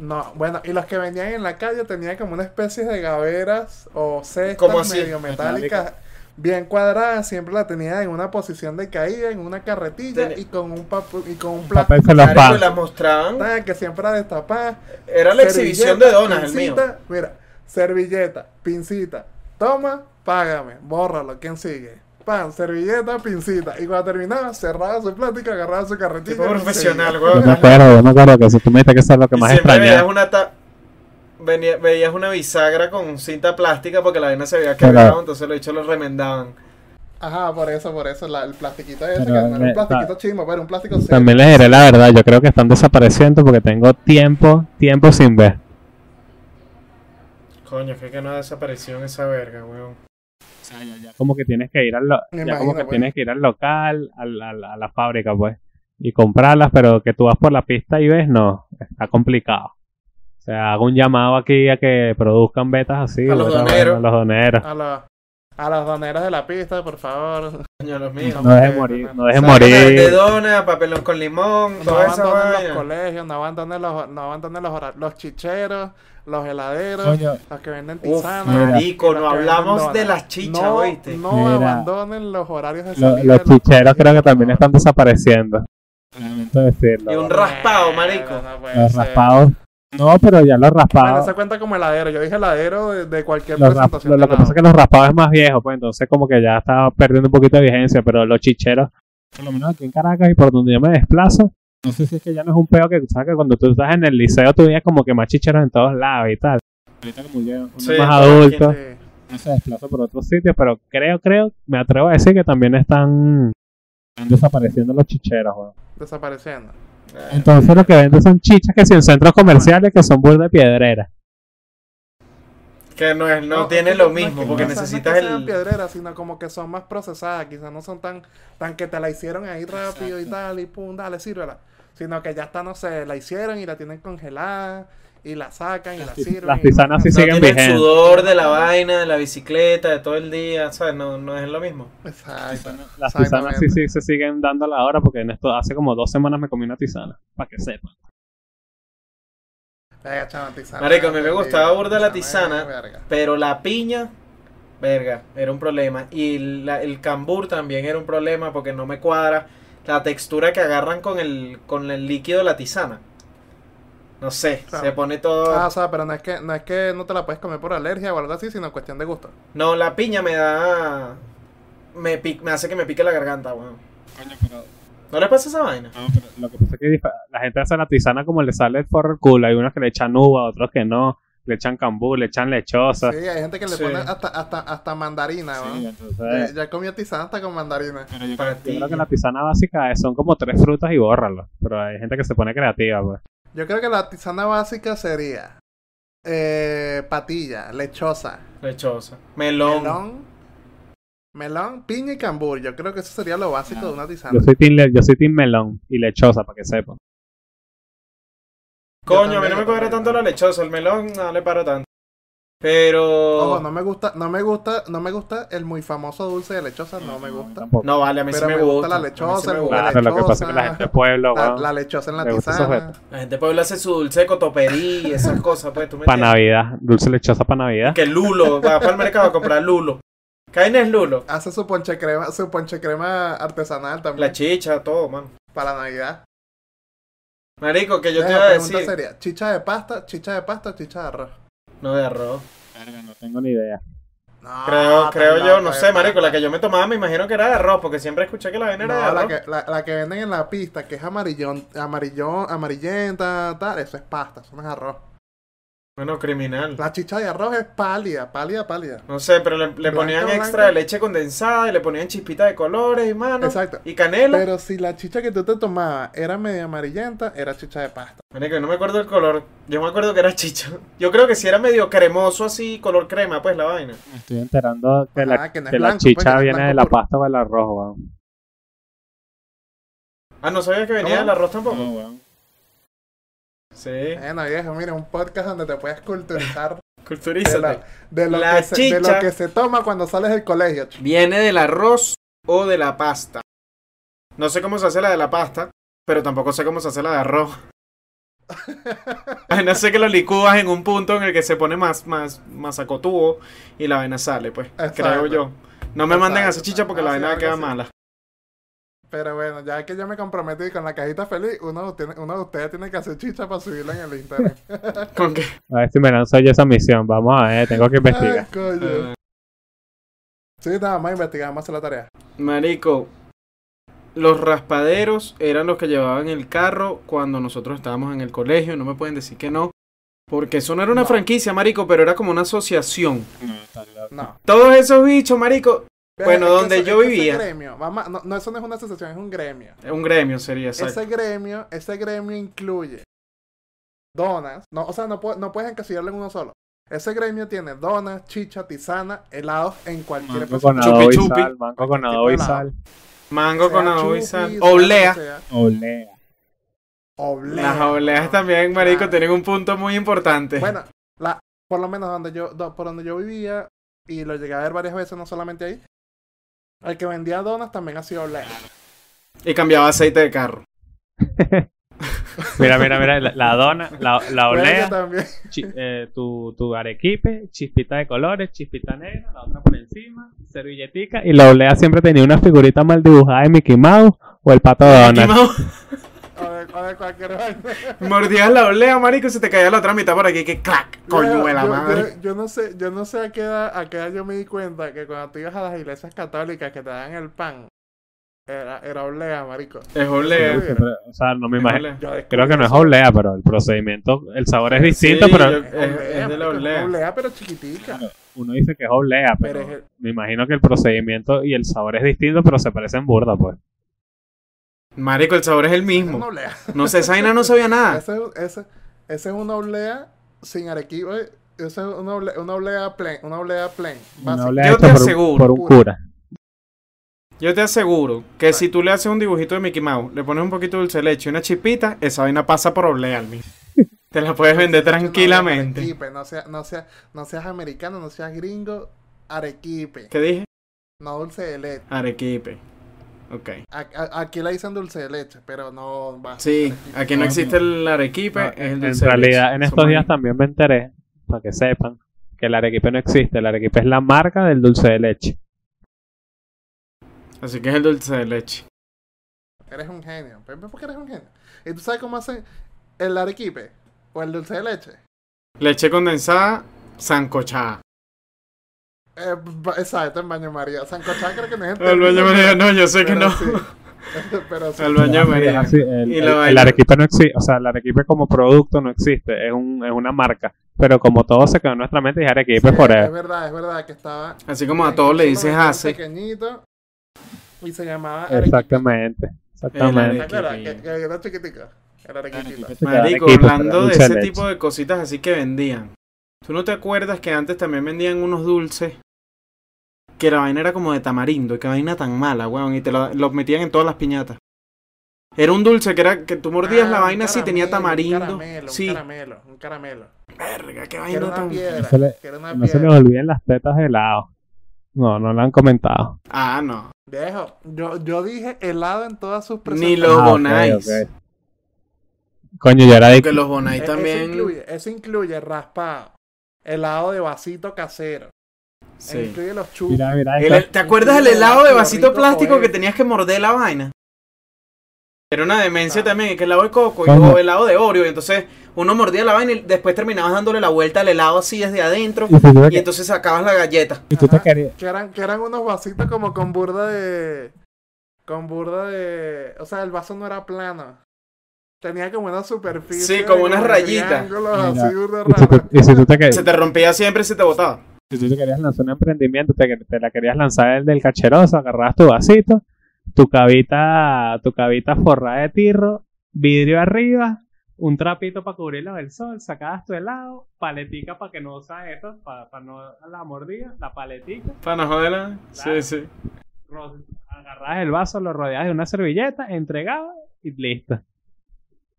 Speaker 1: No, bueno, y los que venían en la calle tenían como una especie de gaveras o cestas
Speaker 2: ¿Cómo así?
Speaker 1: medio metálicas, bien cuadradas, siempre la tenían en una posición de caída, en una carretilla
Speaker 2: Tenía-
Speaker 1: y con un papu- y con un
Speaker 3: Papel
Speaker 1: plástico
Speaker 3: se los
Speaker 2: Marico, y
Speaker 3: pan.
Speaker 2: las mostraban,
Speaker 1: que siempre la destapaban.
Speaker 2: era la exhibición de
Speaker 1: servilleta,
Speaker 2: donas, el mío.
Speaker 1: pincita, Mira, servilleta, pincita, toma, págame, bórralo, ¿quién sigue? Pan, servilleta, pincita. Y cuando terminaba, cerraba su plástico, agarraba su carretilla.
Speaker 2: Tipo
Speaker 1: y
Speaker 2: profesional,
Speaker 1: seguía.
Speaker 3: Yo
Speaker 2: weón.
Speaker 3: me acuerdo, yo me acuerdo que eso tú me dijiste que eso es lo que
Speaker 2: Y
Speaker 3: más
Speaker 2: siempre veías
Speaker 3: extrañaba.
Speaker 2: una ta- venía- veías una bisagra con cinta plástica porque la vaina se veía
Speaker 3: Pero-
Speaker 2: quebrada, entonces los hechos lo remendaban.
Speaker 1: Ajá, por eso, por eso, la- el plastiquito ese, que
Speaker 3: Pero
Speaker 1: no era
Speaker 3: me-
Speaker 1: un plastiquito chimo, pero un plástico serio.
Speaker 3: También les diré la verdad, yo creo que están desapareciendo porque tengo tiempo, tiempo sin ver.
Speaker 2: Coño, es que, que no desapareció en esa verga, weón.
Speaker 3: como que tienes que ir al lo-
Speaker 1: Me
Speaker 3: ya
Speaker 1: imagino,
Speaker 3: como que
Speaker 1: pues.
Speaker 3: tienes que ir al local, al- al- a la fábrica, pues, y comprarlas, pero que tú vas por la pista y ves, no, está complicado. O sea, hago un llamado aquí a que produzcan betas así,
Speaker 2: A los
Speaker 3: betas,
Speaker 2: doneros.
Speaker 3: a los doneros.
Speaker 1: A, la- a las doneras de la pista, por favor.
Speaker 2: Coño, los míos.
Speaker 3: No dejes
Speaker 1: ok,
Speaker 3: morir,
Speaker 1: no.
Speaker 3: no dejes
Speaker 1: Sácame
Speaker 2: De
Speaker 3: morir.
Speaker 2: dona, papelón con limón,
Speaker 1: No
Speaker 2: toda esa
Speaker 1: abandonen los
Speaker 2: vaina.
Speaker 1: colegios, no abandonen los, no abandonen los, hora- los chicheros, los heladeros, los que venden
Speaker 2: Uf,
Speaker 1: tisanas.
Speaker 2: marico,
Speaker 1: los
Speaker 2: no
Speaker 1: que venden
Speaker 2: hablamos de
Speaker 1: donas.
Speaker 2: las chichas,
Speaker 1: no,
Speaker 2: oíste.
Speaker 1: No
Speaker 3: Mira.
Speaker 1: abandonen los horarios de
Speaker 3: Lo-
Speaker 1: salida. de los
Speaker 3: los chicheros creo que
Speaker 1: colegios,
Speaker 3: también
Speaker 1: no.
Speaker 3: están desapareciendo. Lamento
Speaker 2: Y
Speaker 3: decirlo.
Speaker 2: un raspado, marico.
Speaker 1: Mierda, no puede
Speaker 3: Los
Speaker 1: ser.
Speaker 3: raspados. No, pero ya los
Speaker 1: Bueno,
Speaker 3: raspados.
Speaker 1: se cuenta como heladero. Yo dije heladero de, de cualquier
Speaker 3: los rap-
Speaker 1: presentación.
Speaker 3: lo,
Speaker 1: de
Speaker 3: lo que pasa
Speaker 1: helado.
Speaker 3: es que los raspados es más viejo, pues entonces como que ya está perdiendo un poquito de vigencia, pero los chicheros, por lo menos aquí en Caracas y por donde yo me desplazo, no sé si es que ya no es un peo que, sabes que cuando tú estás en el liceo tú veías como que más chicheros en todos lados y tal. Ahorita como ya uno
Speaker 2: Sí,
Speaker 3: más
Speaker 2: cada
Speaker 3: adulto,
Speaker 1: Eh,
Speaker 3: uno se desplaza por otros sitios, pero creo, creo, me atrevo a decir que también están, están desapareciendo los chicheros, weón.
Speaker 1: desapareciendo.
Speaker 2: Ah,
Speaker 3: Entonces lo que venden son chichas que si en centros comerciales que son burda de piedrera.
Speaker 2: Que no, es, no,
Speaker 1: es
Speaker 2: tiene
Speaker 1: que
Speaker 2: lo
Speaker 1: no es
Speaker 2: mismo,
Speaker 1: que-
Speaker 2: porque
Speaker 1: no es- no es que
Speaker 2: necesitas
Speaker 1: sean
Speaker 2: el...
Speaker 1: piedreras, sino como que son más procesadas, quizás no son tan, tan que te la hicieron ahí rápido y
Speaker 3: Exacto.
Speaker 1: tal, y pum, dale, sírvela. Sino que ya está, no sé, la hicieron y la tienen congelada, y la sacan y la sirven.
Speaker 3: las
Speaker 1: y-
Speaker 3: tisanas sí
Speaker 2: No
Speaker 3: siguen
Speaker 2: tiene el
Speaker 3: vigentes.
Speaker 2: sudor de la vaina, de la bicicleta, de todo el día, ¿sabes? No, no es lo mismo.
Speaker 1: Exacto.
Speaker 3: Las
Speaker 1: Exactamente.
Speaker 3: tisanas sí, sí se siguen dando a la hora porque en esto hace como dos semanas me comí una tisana, para que sepan.
Speaker 1: Venga, chamo, tisana,
Speaker 2: Marico, a mí me gustaba burda la
Speaker 1: tisana,
Speaker 2: tisana.
Speaker 1: verga.
Speaker 2: Pero la piña, verga, era un problema. Y la- el cambur también era un problema porque no me cuadra la textura que agarran con el, con el líquido de la tisana. No sé,
Speaker 1: Claro.
Speaker 2: se pone todo...
Speaker 1: Ah, o sea, pero no es, que, no es que no te la puedes comer por alergia o algo así, sino cuestión de gusto.
Speaker 2: No, la piña me da... Me, pi- me hace que me pique la garganta, weón.
Speaker 3: Coño, pero Ah,
Speaker 2: ¿No les pasa esa vaina?
Speaker 3: No, pero lo que pasa es que difa- la gente hace la tisana como le sale por el culo. Hay unos que le echan uva, otros que no. Le echan cambú, le echan lechosa.
Speaker 1: Sí, hay gente que le
Speaker 2: Sí.
Speaker 1: pone hasta, hasta, hasta mandarina,
Speaker 3: Ah. Sí,
Speaker 1: ¿no?
Speaker 3: entonces-
Speaker 1: Ya, ya comió tisana hasta con mandarina.
Speaker 3: pero yo,
Speaker 2: Para
Speaker 3: creo- yo
Speaker 2: ti.
Speaker 3: creo que la tisana básica es- son como tres frutas y bórralo. Pero hay gente que se pone creativa, pues.
Speaker 1: Yo creo que la tisana básica sería eh, patilla, lechosa,
Speaker 2: Lechosa. Melón.
Speaker 1: melón, melón, piña y cambur. Yo creo que eso sería lo básico
Speaker 3: Claro.
Speaker 1: de una
Speaker 3: Yo
Speaker 1: tisana.
Speaker 3: soy, team le- yo soy team melón y lechosa, para que sepan.
Speaker 2: Coño,
Speaker 1: Yo
Speaker 2: a mí no
Speaker 1: también,
Speaker 2: me cuadra
Speaker 1: también,
Speaker 2: tanto la
Speaker 1: también.
Speaker 2: lechosa. El melón no le paro tanto. Pero...
Speaker 1: Ojo, no me gusta, no me gusta, no me gusta el muy famoso dulce de lechosa, no me gusta.
Speaker 3: Tampoco.
Speaker 2: No, vale, a mí
Speaker 1: Pero
Speaker 2: sí me,
Speaker 1: me gusta la
Speaker 2: A mí sí
Speaker 1: lechosa,
Speaker 2: me
Speaker 1: el
Speaker 2: gusta.
Speaker 1: huevo.
Speaker 3: Claro, lo que pasa es que la
Speaker 1: lechosa.
Speaker 3: gente de pueblo,
Speaker 1: La,
Speaker 3: weón,
Speaker 1: Ah, la lechosa en la
Speaker 3: le Ah, gusta esos
Speaker 1: tisana.
Speaker 3: vetos.
Speaker 2: La gente de Puebla hace su dulce de cotoperí y esas cosas, pues, tú me
Speaker 3: para
Speaker 2: entiendes.
Speaker 3: Navidad, dulce lechosa para Navidad.
Speaker 2: Que Lulo, va para el mercado a comprar Lulo. Caína es Lulo.
Speaker 1: Hace su ponche crema, su ponche crema artesanal
Speaker 2: La
Speaker 1: también
Speaker 2: chicha, todo, mano.
Speaker 1: para Navidad.
Speaker 2: Marico, que yo te
Speaker 1: Entonces,
Speaker 2: iba a
Speaker 1: la pregunta
Speaker 2: decir.
Speaker 1: sería, chicha de pasta, chicha de pasta, o chicha de arroz.
Speaker 2: No, de arroz.
Speaker 3: Verga, no tengo ni idea.
Speaker 1: No,
Speaker 2: Creo,
Speaker 1: estás
Speaker 2: creo yo,
Speaker 1: loco,
Speaker 2: no
Speaker 1: Ah, de
Speaker 2: sé, marico, la
Speaker 1: pasta.
Speaker 2: que yo me tomaba me imagino que era de arroz, porque siempre escuché que la vaina era de
Speaker 1: No,
Speaker 2: arroz.
Speaker 1: la que, la, la que venden en la pista, que es amarillón, amarillón, amarillenta, tal, eso es pasta, eso no es arroz.
Speaker 2: Bueno, criminal.
Speaker 1: La chicha de arroz es pálida, pálida, pálida.
Speaker 2: No sé, pero le, le
Speaker 1: Blanca,
Speaker 2: ponían extra
Speaker 1: blanca.
Speaker 2: de leche condensada y le ponían chispitas de colores y mano.
Speaker 1: Exacto.
Speaker 2: Y canela.
Speaker 1: Pero si la chicha que tú te tomabas era media amarillenta, era chicha de pasta.
Speaker 2: Marico, no me acuerdo el color. Yo me acuerdo que era chicha. Yo creo que si era medio cremoso así, color crema, pues la vaina.
Speaker 3: Me estoy enterando que la,
Speaker 1: Ah, que no es
Speaker 3: que la
Speaker 1: blanco, pues,
Speaker 3: chicha
Speaker 1: que no es
Speaker 3: viene
Speaker 1: blanco
Speaker 3: de la
Speaker 1: puro.
Speaker 3: pasta o del arroz, weón.
Speaker 2: Ah, no sabía que venía
Speaker 1: ¿Cómo?
Speaker 2: del arroz tampoco.
Speaker 3: No, weón.
Speaker 2: Sí.
Speaker 1: Bueno, viejo, mira, un podcast donde te puedes culturizar de,
Speaker 2: Culturízate.
Speaker 1: la- de lo
Speaker 2: La
Speaker 1: que se, de lo
Speaker 2: chicha.
Speaker 1: que se toma cuando sales del colegio. ch-
Speaker 2: Viene del arroz o de la pasta. No sé cómo se hace la de la pasta, pero tampoco sé cómo se hace la de arroz. Ay, No sé que lo licúas en un punto en el que se pone más, más, más acotúo y la vaina sale, pues.
Speaker 1: Exacto.
Speaker 2: Creo yo. No me manden a
Speaker 1: Exacto,
Speaker 2: hacer
Speaker 1: Ah,
Speaker 2: chicha porque la
Speaker 1: exacto.
Speaker 2: vaina
Speaker 1: Así,
Speaker 2: queda
Speaker 1: algo así.
Speaker 2: mala.
Speaker 1: Pero bueno, ya que yo me comprometí con la cajita feliz, uno, tiene- uno de ustedes tiene que hacer chicha para subirla en el Instagram.
Speaker 2: Con que.
Speaker 3: A ver si me lanzo yo esa misión. Vamos a ver, tengo que
Speaker 1: Ay,
Speaker 3: investigar.
Speaker 1: coño. Sí, nada más investigar, vamos a hacer la tarea.
Speaker 2: Marico, los raspaderos eran los que llevaban el carro cuando nosotros estábamos en el colegio, no me pueden decir que no, porque eso no era una
Speaker 1: No.
Speaker 2: franquicia, marico, pero era como una asociación.
Speaker 3: No, está loco.
Speaker 1: No.
Speaker 2: Todos esos bichos, marico, Bueno,
Speaker 1: Es que
Speaker 2: donde
Speaker 1: eso-
Speaker 2: yo
Speaker 1: es que ese
Speaker 2: vivía.
Speaker 1: gremio, vamos a- no, no, eso no es una asociación, es un gremio.
Speaker 2: un gremio sería, exacto.
Speaker 1: Ese gremio, ese gremio incluye donas, no, o sea, no, puede- no puedes encasillarlo en uno solo. Ese gremio tiene donas, chicha, tisana, helados en cualquier
Speaker 3: Mango
Speaker 1: presentación.
Speaker 3: con
Speaker 2: Chupi, chupi.
Speaker 3: adobo y sal. Mango con
Speaker 1: Tipo
Speaker 3: adobo y
Speaker 1: helado.
Speaker 3: sal.
Speaker 2: Mango con
Speaker 1: Sea
Speaker 2: adobo y
Speaker 1: chupi,
Speaker 2: sal.
Speaker 1: sea
Speaker 2: Oblea.
Speaker 1: lo que sea.
Speaker 3: Olea.
Speaker 1: Oblea.
Speaker 2: Las obleas también, marico,
Speaker 1: Claro.
Speaker 2: tienen un punto muy importante.
Speaker 1: Bueno, la, por lo menos donde yo, do- por donde yo vivía, y lo llegué a ver varias veces, no solamente ahí, el que vendía donas también ha sido Oblea.
Speaker 2: Y cambiaba aceite de carro.
Speaker 3: Mira, mira, mira. La, la dona, la, la
Speaker 1: Puede que
Speaker 3: olea,
Speaker 1: también.
Speaker 3: chi- eh, tu, tu arequipe, chispita de colores, chispita negra, la otra por encima, servilletica. Y la olea siempre tenía una figurita mal dibujada de Mickey Mouse o el pato
Speaker 2: Mickey
Speaker 3: Donald.
Speaker 2: Mouse,
Speaker 1: O de, o de cualquier vaina.
Speaker 2: Mordías la oblea, marico, y se te caía la otra mitad por aquí, que clac, coño de la
Speaker 1: yo,
Speaker 2: madre.
Speaker 1: yo- yo no sé, yo no sé a qué edad, a qué edad yo me di cuenta que cuando tú ibas a las iglesias católicas que te dan el pan, Era, era oblea, marico.
Speaker 2: Es olea.
Speaker 1: Sí,
Speaker 3: Pero, o sea, no me imagino.
Speaker 1: Yo descubrí
Speaker 3: Creo que no es
Speaker 1: eso.
Speaker 3: oblea, pero el procedimiento, el sabor es distinto,
Speaker 2: Sí,
Speaker 3: pero
Speaker 2: yo-
Speaker 1: Es, oblea,
Speaker 2: Es- es
Speaker 1: marico, es
Speaker 2: de la
Speaker 1: una
Speaker 2: oblea.
Speaker 1: oblea, pero chiquitica.
Speaker 3: uno dice que es oblea, pero,
Speaker 1: Pero es el-
Speaker 3: me imagino que el procedimiento y el sabor es distinto, pero se parecen burda, pues.
Speaker 2: Marico, el sabor es el
Speaker 1: Es una
Speaker 2: mismo.
Speaker 1: oblea.
Speaker 2: No sé, esa vaina no sabía nada.
Speaker 1: Ese, ese- ese es una oblea sin arequivo. eh. Esa es una oblea, una oblea plain. Una oblea plain.
Speaker 3: Una
Speaker 1: básica.
Speaker 3: oblea
Speaker 2: Yo
Speaker 3: hecha
Speaker 2: te
Speaker 3: por un-
Speaker 2: aseguro. Pues,
Speaker 3: por un cura.
Speaker 2: Yo te aseguro que si tú le haces un dibujito de Mickey Mouse, le pones un poquito de dulce de leche y una chipita, esa vaina pasa por oblea al mismo. Te la puedes vender tranquilamente.
Speaker 1: Arequipe, no, sea- no, sea- no seas americano, no seas gringo. Arequipe.
Speaker 2: ¿Qué dije?
Speaker 1: No dulce de leche.
Speaker 2: Arequipe. Ok.
Speaker 1: A- a- aquí le dicen dulce de leche, pero no va.
Speaker 2: Sí, aquí no
Speaker 3: No,
Speaker 2: existe el arequipe,
Speaker 3: No,
Speaker 2: es el
Speaker 3: Ah, en
Speaker 2: dulce de
Speaker 3: realidad,
Speaker 2: leche.
Speaker 3: en estos
Speaker 2: Somos-
Speaker 3: días también me enteré, para que sepan, que el arequipe no existe. El arequipe es la marca del dulce de leche.
Speaker 2: Así que es el dulce de leche.
Speaker 1: Eres un genio. ¿Por qué eres un genio? ¿Y tú sabes cómo hacen el arequipe? ¿O el dulce de leche?
Speaker 2: Leche condensada, sancochada.
Speaker 1: Eh, ba- exacto, en baño María. Sancochada creo que no es
Speaker 2: El baño María, no, yo sé que
Speaker 1: pero
Speaker 2: no.
Speaker 1: sí. pero sí.
Speaker 2: El baño María.
Speaker 3: Así, Ah, el,
Speaker 2: Y
Speaker 3: el-
Speaker 2: la vaina.
Speaker 3: el arequipe no existe, o sea, el arequipe como producto no existe, es, un, es una marca. Pero como todo se quedó en nuestra mente, es arequipe
Speaker 1: Sí, es
Speaker 3: forever.
Speaker 1: verdad, es verdad que estaba.
Speaker 2: Así como a todos le dices
Speaker 1: hace.
Speaker 2: hace.
Speaker 1: Pequeñito y se llamaba. arequipe.
Speaker 3: Exactamente,
Speaker 1: ¿Te
Speaker 3: exactamente.
Speaker 2: arequipe.
Speaker 1: acuerdas? Que, que era chiquitico. Era arequipito.
Speaker 3: Se quedó
Speaker 2: Marico,
Speaker 3: arequipe, pero
Speaker 2: hablando de
Speaker 3: dulce
Speaker 2: ese
Speaker 3: leche.
Speaker 2: tipo de cositas así que vendían. ¿Tú no te acuerdas que antes también vendían unos dulces? Que la vaina era como de tamarindo y que vaina tan mala, weón. Y te lo, lo metían en todas las piñatas. Era un dulce que era que tú mordías
Speaker 1: Ah,
Speaker 2: la
Speaker 1: un
Speaker 2: vaina así, tenía
Speaker 1: caramelo,
Speaker 2: tamarindo.
Speaker 1: Un caramelo,
Speaker 2: sí.
Speaker 1: un caramelo, un caramelo.
Speaker 2: Verga, qué
Speaker 1: Que era
Speaker 2: vaina
Speaker 1: una
Speaker 2: tan.
Speaker 1: piedra.
Speaker 3: No se le-
Speaker 1: Que era una
Speaker 3: No se
Speaker 1: piedra.
Speaker 3: les olviden las tetas de helado. No, no lo han comentado.
Speaker 2: Ah, no.
Speaker 1: Viejo, yo, yo dije helado en todas sus
Speaker 2: Ni
Speaker 1: presentaciones.
Speaker 2: los
Speaker 3: Ah, ok,
Speaker 2: bonais.
Speaker 3: ok. Coño, yo era
Speaker 2: Que
Speaker 3: adicto.
Speaker 2: los bonais
Speaker 1: E- Eso
Speaker 2: también.
Speaker 1: incluye, eso incluye raspado, helado de vasito casero,
Speaker 2: Sí.
Speaker 1: incluye los chupos.
Speaker 3: Mira, mira,
Speaker 2: El-
Speaker 3: esta-
Speaker 2: ¿Te acuerdas del
Speaker 1: Incluye
Speaker 2: helado de
Speaker 1: el
Speaker 2: vasito
Speaker 1: chorrito
Speaker 2: plástico que
Speaker 1: poético.
Speaker 2: tenías que morder la vaina? Era una demencia
Speaker 1: Ah.
Speaker 2: también, que helado de coco y
Speaker 3: Coño.
Speaker 2: o helado de Oreo. Y entonces uno mordía la vaina y después terminabas dándole la vuelta al helado así desde adentro.
Speaker 3: y tú te-
Speaker 2: Y entonces sacabas la galleta.
Speaker 3: y tú te
Speaker 1: Ajá.
Speaker 3: querías-
Speaker 1: Que eran, que eran unos vasitos como con burda de. Con burda de. O sea, el vaso no era plano. Tenía como una superficie.
Speaker 2: Sí, como
Speaker 1: de
Speaker 2: unas rayitas.
Speaker 1: triángulos así,
Speaker 3: Mira,
Speaker 1: burda
Speaker 3: y tú
Speaker 1: rara.
Speaker 3: te- y si tú te querías-
Speaker 2: Se te rompía siempre y se te botaba.
Speaker 3: si tú te querías lanzar un emprendimiento, te, te la querías lanzar el del cacheroso, agarrabas tu vasito, tu cabita, tu cabita forrada de tirro, vidrio arriba, un trapito para cubrirlo del sol, sacabas tu helado, paletica para que no usas eso, para, no la mordida, la paletica,
Speaker 2: Para no joderla. Sí,
Speaker 3: Claro.
Speaker 2: sí.
Speaker 3: ro- agarrabas el vaso, lo rodeabas de una servilleta, entregabas y listo.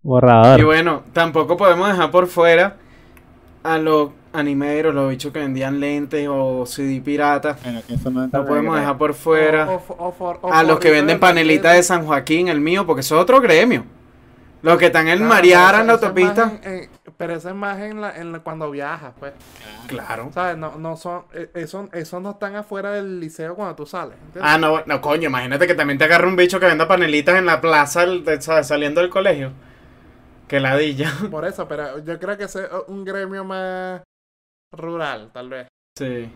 Speaker 3: Borrador.
Speaker 2: Y bueno, tampoco podemos dejar por fuera a los animeros, los bichos que vendían lentes o CD pirata. No podemos dejar por fuera.
Speaker 1: O- o for- o for- o
Speaker 2: a los que
Speaker 1: forrito
Speaker 2: venden
Speaker 1: de
Speaker 2: panelitas de
Speaker 1: paquete.
Speaker 2: San Joaquín, el mío, porque eso es otro gremio. Los que están en
Speaker 1: Claro,
Speaker 2: Mariara, en la
Speaker 1: pero eso es más
Speaker 2: autopista.
Speaker 1: en- en- pero eso es más en, la, en la- cuando viajas, pues.
Speaker 2: Claro.
Speaker 1: ¿Sabes? No, no son, eh, eso, eso no están afuera del liceo cuando tú sales. ¿entiendes?
Speaker 2: Ah, no, no, coño, imagínate que también te agarre un bicho que venda panelitas en la plaza el- de- sa- saliendo del colegio. Que ladilla.
Speaker 1: Por eso, pero yo creo que ese es un gremio más rural, tal vez.
Speaker 2: Sí.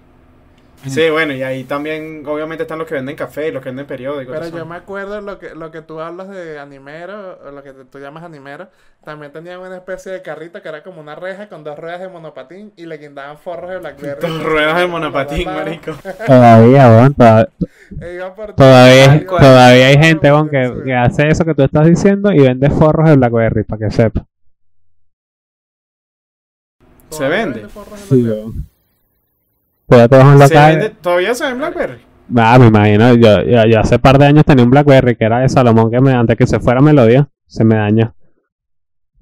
Speaker 1: Mm.
Speaker 2: Sí, bueno, y ahí también, obviamente, están los que venden café, los que venden periódicos.
Speaker 1: Pero
Speaker 2: todo
Speaker 1: yo
Speaker 2: eso.
Speaker 1: me acuerdo lo que, lo que tú hablas de animero, o lo que tú llamas animero, también tenían una especie de carrito que era como una reja con dos ruedas de monopatín y le guindaban forros de blackberry.
Speaker 2: Dos ruedas de monopatín, marico.
Speaker 3: Todavía, weón, toda-
Speaker 1: E iba por-
Speaker 3: Todavía,
Speaker 2: Tal cual.
Speaker 3: todavía hay gente
Speaker 1: Sí.
Speaker 3: weón, que, que hace eso que tú estás diciendo y vende forros de Blackberry, para que sepa.
Speaker 2: Se
Speaker 1: Todavía
Speaker 2: vende.
Speaker 1: venden forros de
Speaker 3: Sí,
Speaker 1: Blackberry.
Speaker 3: weón. Tú ya te vas a un
Speaker 2: Pues, Se
Speaker 3: local.
Speaker 2: vende- todavía se ven Blackberry.
Speaker 3: Ah, me imagino. Yo, yo, yo hace par de años tenía un Blackberry que era de Salomón que me, antes que se fuera me lo dio. Se me dañó.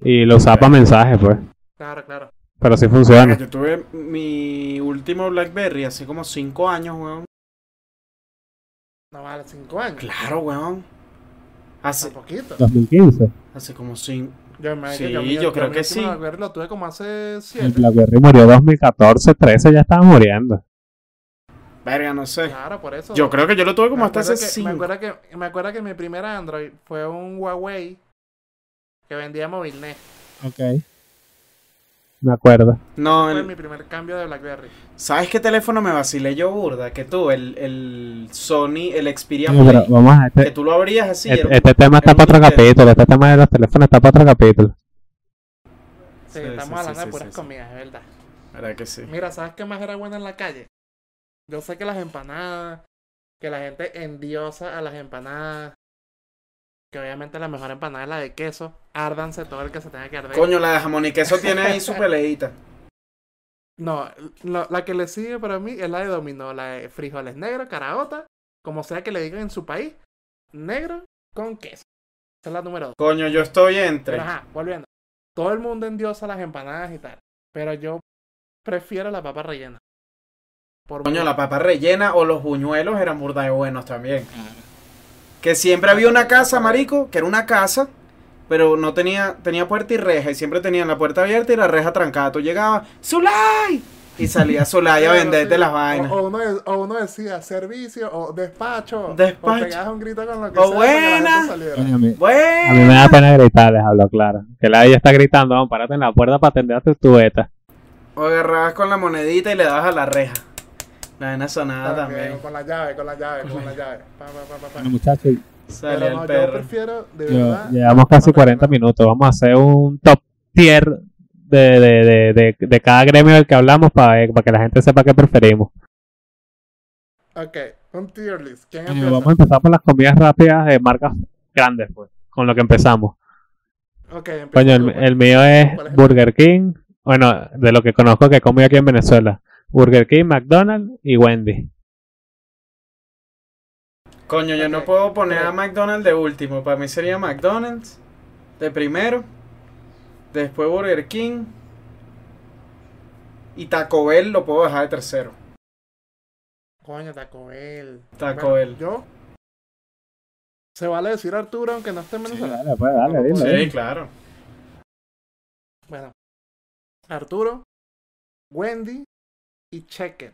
Speaker 3: Y lo usaba para mensajes, pues.
Speaker 1: Claro, claro.
Speaker 3: Pero sí funciona.
Speaker 2: Yo tuve mi último Blackberry hace como 5 años, weón.
Speaker 1: No vale, cinco años.
Speaker 2: Claro, weón.
Speaker 1: Está
Speaker 2: Hace,
Speaker 1: poquito.
Speaker 3: 2015.
Speaker 2: hace como 5.
Speaker 1: Yo, me,
Speaker 2: Sí,
Speaker 1: mi-
Speaker 2: yo creo
Speaker 1: mi
Speaker 2: que
Speaker 1: último
Speaker 2: sí.
Speaker 1: Blackberry lo tuve como hace
Speaker 3: El
Speaker 1: siete.
Speaker 3: Blackberry murió 2014, 13, ya estaba muriendo.
Speaker 2: Verga, no sé.
Speaker 1: Claro, por eso.
Speaker 2: Yo creo que yo lo tuve como
Speaker 1: Me
Speaker 2: hasta
Speaker 1: acuerdo
Speaker 2: hace
Speaker 1: que- me
Speaker 2: 5.
Speaker 1: acuerdo, que, me acuerdo que mi primer Android fue E un Huawei que vendía MobileNet.
Speaker 3: Ok. me acuerdo.
Speaker 2: No,
Speaker 1: Fue
Speaker 2: el-
Speaker 1: mi primer cambio de BlackBerry.
Speaker 2: ¿sabes qué teléfono me vacilé yo, burda? Que tú, el, el Sony, el Xperia
Speaker 3: Pero
Speaker 2: Play.
Speaker 3: vamos a
Speaker 2: Que
Speaker 3: este,
Speaker 2: tú lo abrías así. era
Speaker 3: este,
Speaker 2: un-
Speaker 3: este tema está
Speaker 2: era
Speaker 3: para
Speaker 2: un
Speaker 3: otro
Speaker 2: Nintendo.
Speaker 3: capítulo. Este tema de los teléfonos está para otro capítulo.
Speaker 1: Sí,
Speaker 2: Sí,
Speaker 1: estamos
Speaker 2: sí,
Speaker 1: hablando
Speaker 2: sí,
Speaker 1: de
Speaker 2: sí,
Speaker 1: puras
Speaker 2: sí, sí.
Speaker 1: comidas, es verdad.
Speaker 2: ¿Verdad que sí?
Speaker 1: Mira, ¿sabes qué más era bueno en la calle? Yo sé que las empanadas, que la gente endiosa a las empanadas, que obviamente la mejor empanada es la de queso, árdanse todo el que se tenga que arder.
Speaker 2: Coño, la de jamón y queso tiene ahí su peleita.
Speaker 1: No, la, la que le sigue para mí es la de dominó, la de frijoles negros, caraota, como sea que le digan en su país, negro con queso. Esa es la número dos.
Speaker 2: Coño, yo estoy
Speaker 1: Pero
Speaker 2: entre.
Speaker 1: ajá, volviendo. Todo el mundo endiosa las empanadas y tal, pero yo prefiero la papa rellena. Por
Speaker 2: Coño,
Speaker 1: mucho.
Speaker 2: la papa rellena o los buñuelos eran burda de buenos también. Que siempre había una casa, marico, que era una casa, pero no tenía, tenía puerta y reja, y siempre tenían la puerta abierta y la reja trancada. Tú llegabas, ¡Zulay! Y salía Zulay a
Speaker 1: Claro,
Speaker 2: venderte
Speaker 1: sí.
Speaker 2: las
Speaker 1: O,
Speaker 2: vainas.
Speaker 1: o uno, de- o uno decía servicio o despacho.
Speaker 2: Despacho.
Speaker 1: O pegabas un grito con lo que
Speaker 2: O
Speaker 1: sea para que la
Speaker 2: buena.
Speaker 1: gente saliera.
Speaker 3: A mí, a mí me da
Speaker 2: Bueno,
Speaker 3: pena gritar, les hablo claro. Que la ella está gritando, vamos, párate en la puerta para atender a tu tubeta.
Speaker 2: o agarrabas con la monedita y le dabas a la reja. La vaina sonada
Speaker 1: También,
Speaker 2: también.
Speaker 1: Con la llave, con la llave, con la llave. Pa, pa, pa, pa, pa.
Speaker 3: Bueno, muchachos,
Speaker 2: Salía
Speaker 1: Pero
Speaker 2: el
Speaker 1: no, yo
Speaker 2: perro.
Speaker 1: prefiero, de
Speaker 3: yo-
Speaker 1: verdad.
Speaker 3: llevamos casi
Speaker 1: Vamos a
Speaker 3: 40
Speaker 1: terminar.
Speaker 3: minutos. Vamos a hacer un top tier de, de, de, de, de cada gremio del que hablamos para, eh, para que la gente sepa qué preferimos.
Speaker 1: Ok, un tier list. ¿Quién
Speaker 3: Eh,
Speaker 1: empieza?
Speaker 3: vamos a empezar por las comidas rápidas de marcas grandes, pues, con lo que empezamos.
Speaker 1: Ok, empieza tú,
Speaker 3: Coño, el,
Speaker 1: pues.
Speaker 3: el mío es
Speaker 1: ¿Cuál es el-
Speaker 3: Burger King. Bueno, de lo que conozco que he comido aquí en Venezuela. Burger King, McDonald's y Wendy.
Speaker 2: Coño, yo no
Speaker 1: Ok,
Speaker 2: puedo poner a
Speaker 1: ok.
Speaker 2: McDonald's de último. Para mí sería McDonald's de primero, después Burger King y Taco Bell lo puedo dejar de tercero.
Speaker 1: Coño, Taco Bell.
Speaker 2: Taco
Speaker 1: Bueno,
Speaker 2: Bell.
Speaker 1: Yo. Se vale decir Arturo, aunque no esté en Venezuela.
Speaker 3: dale,
Speaker 1: dilo,
Speaker 2: Sí, claro.
Speaker 1: Bueno. Arturo, Wendy y Checker.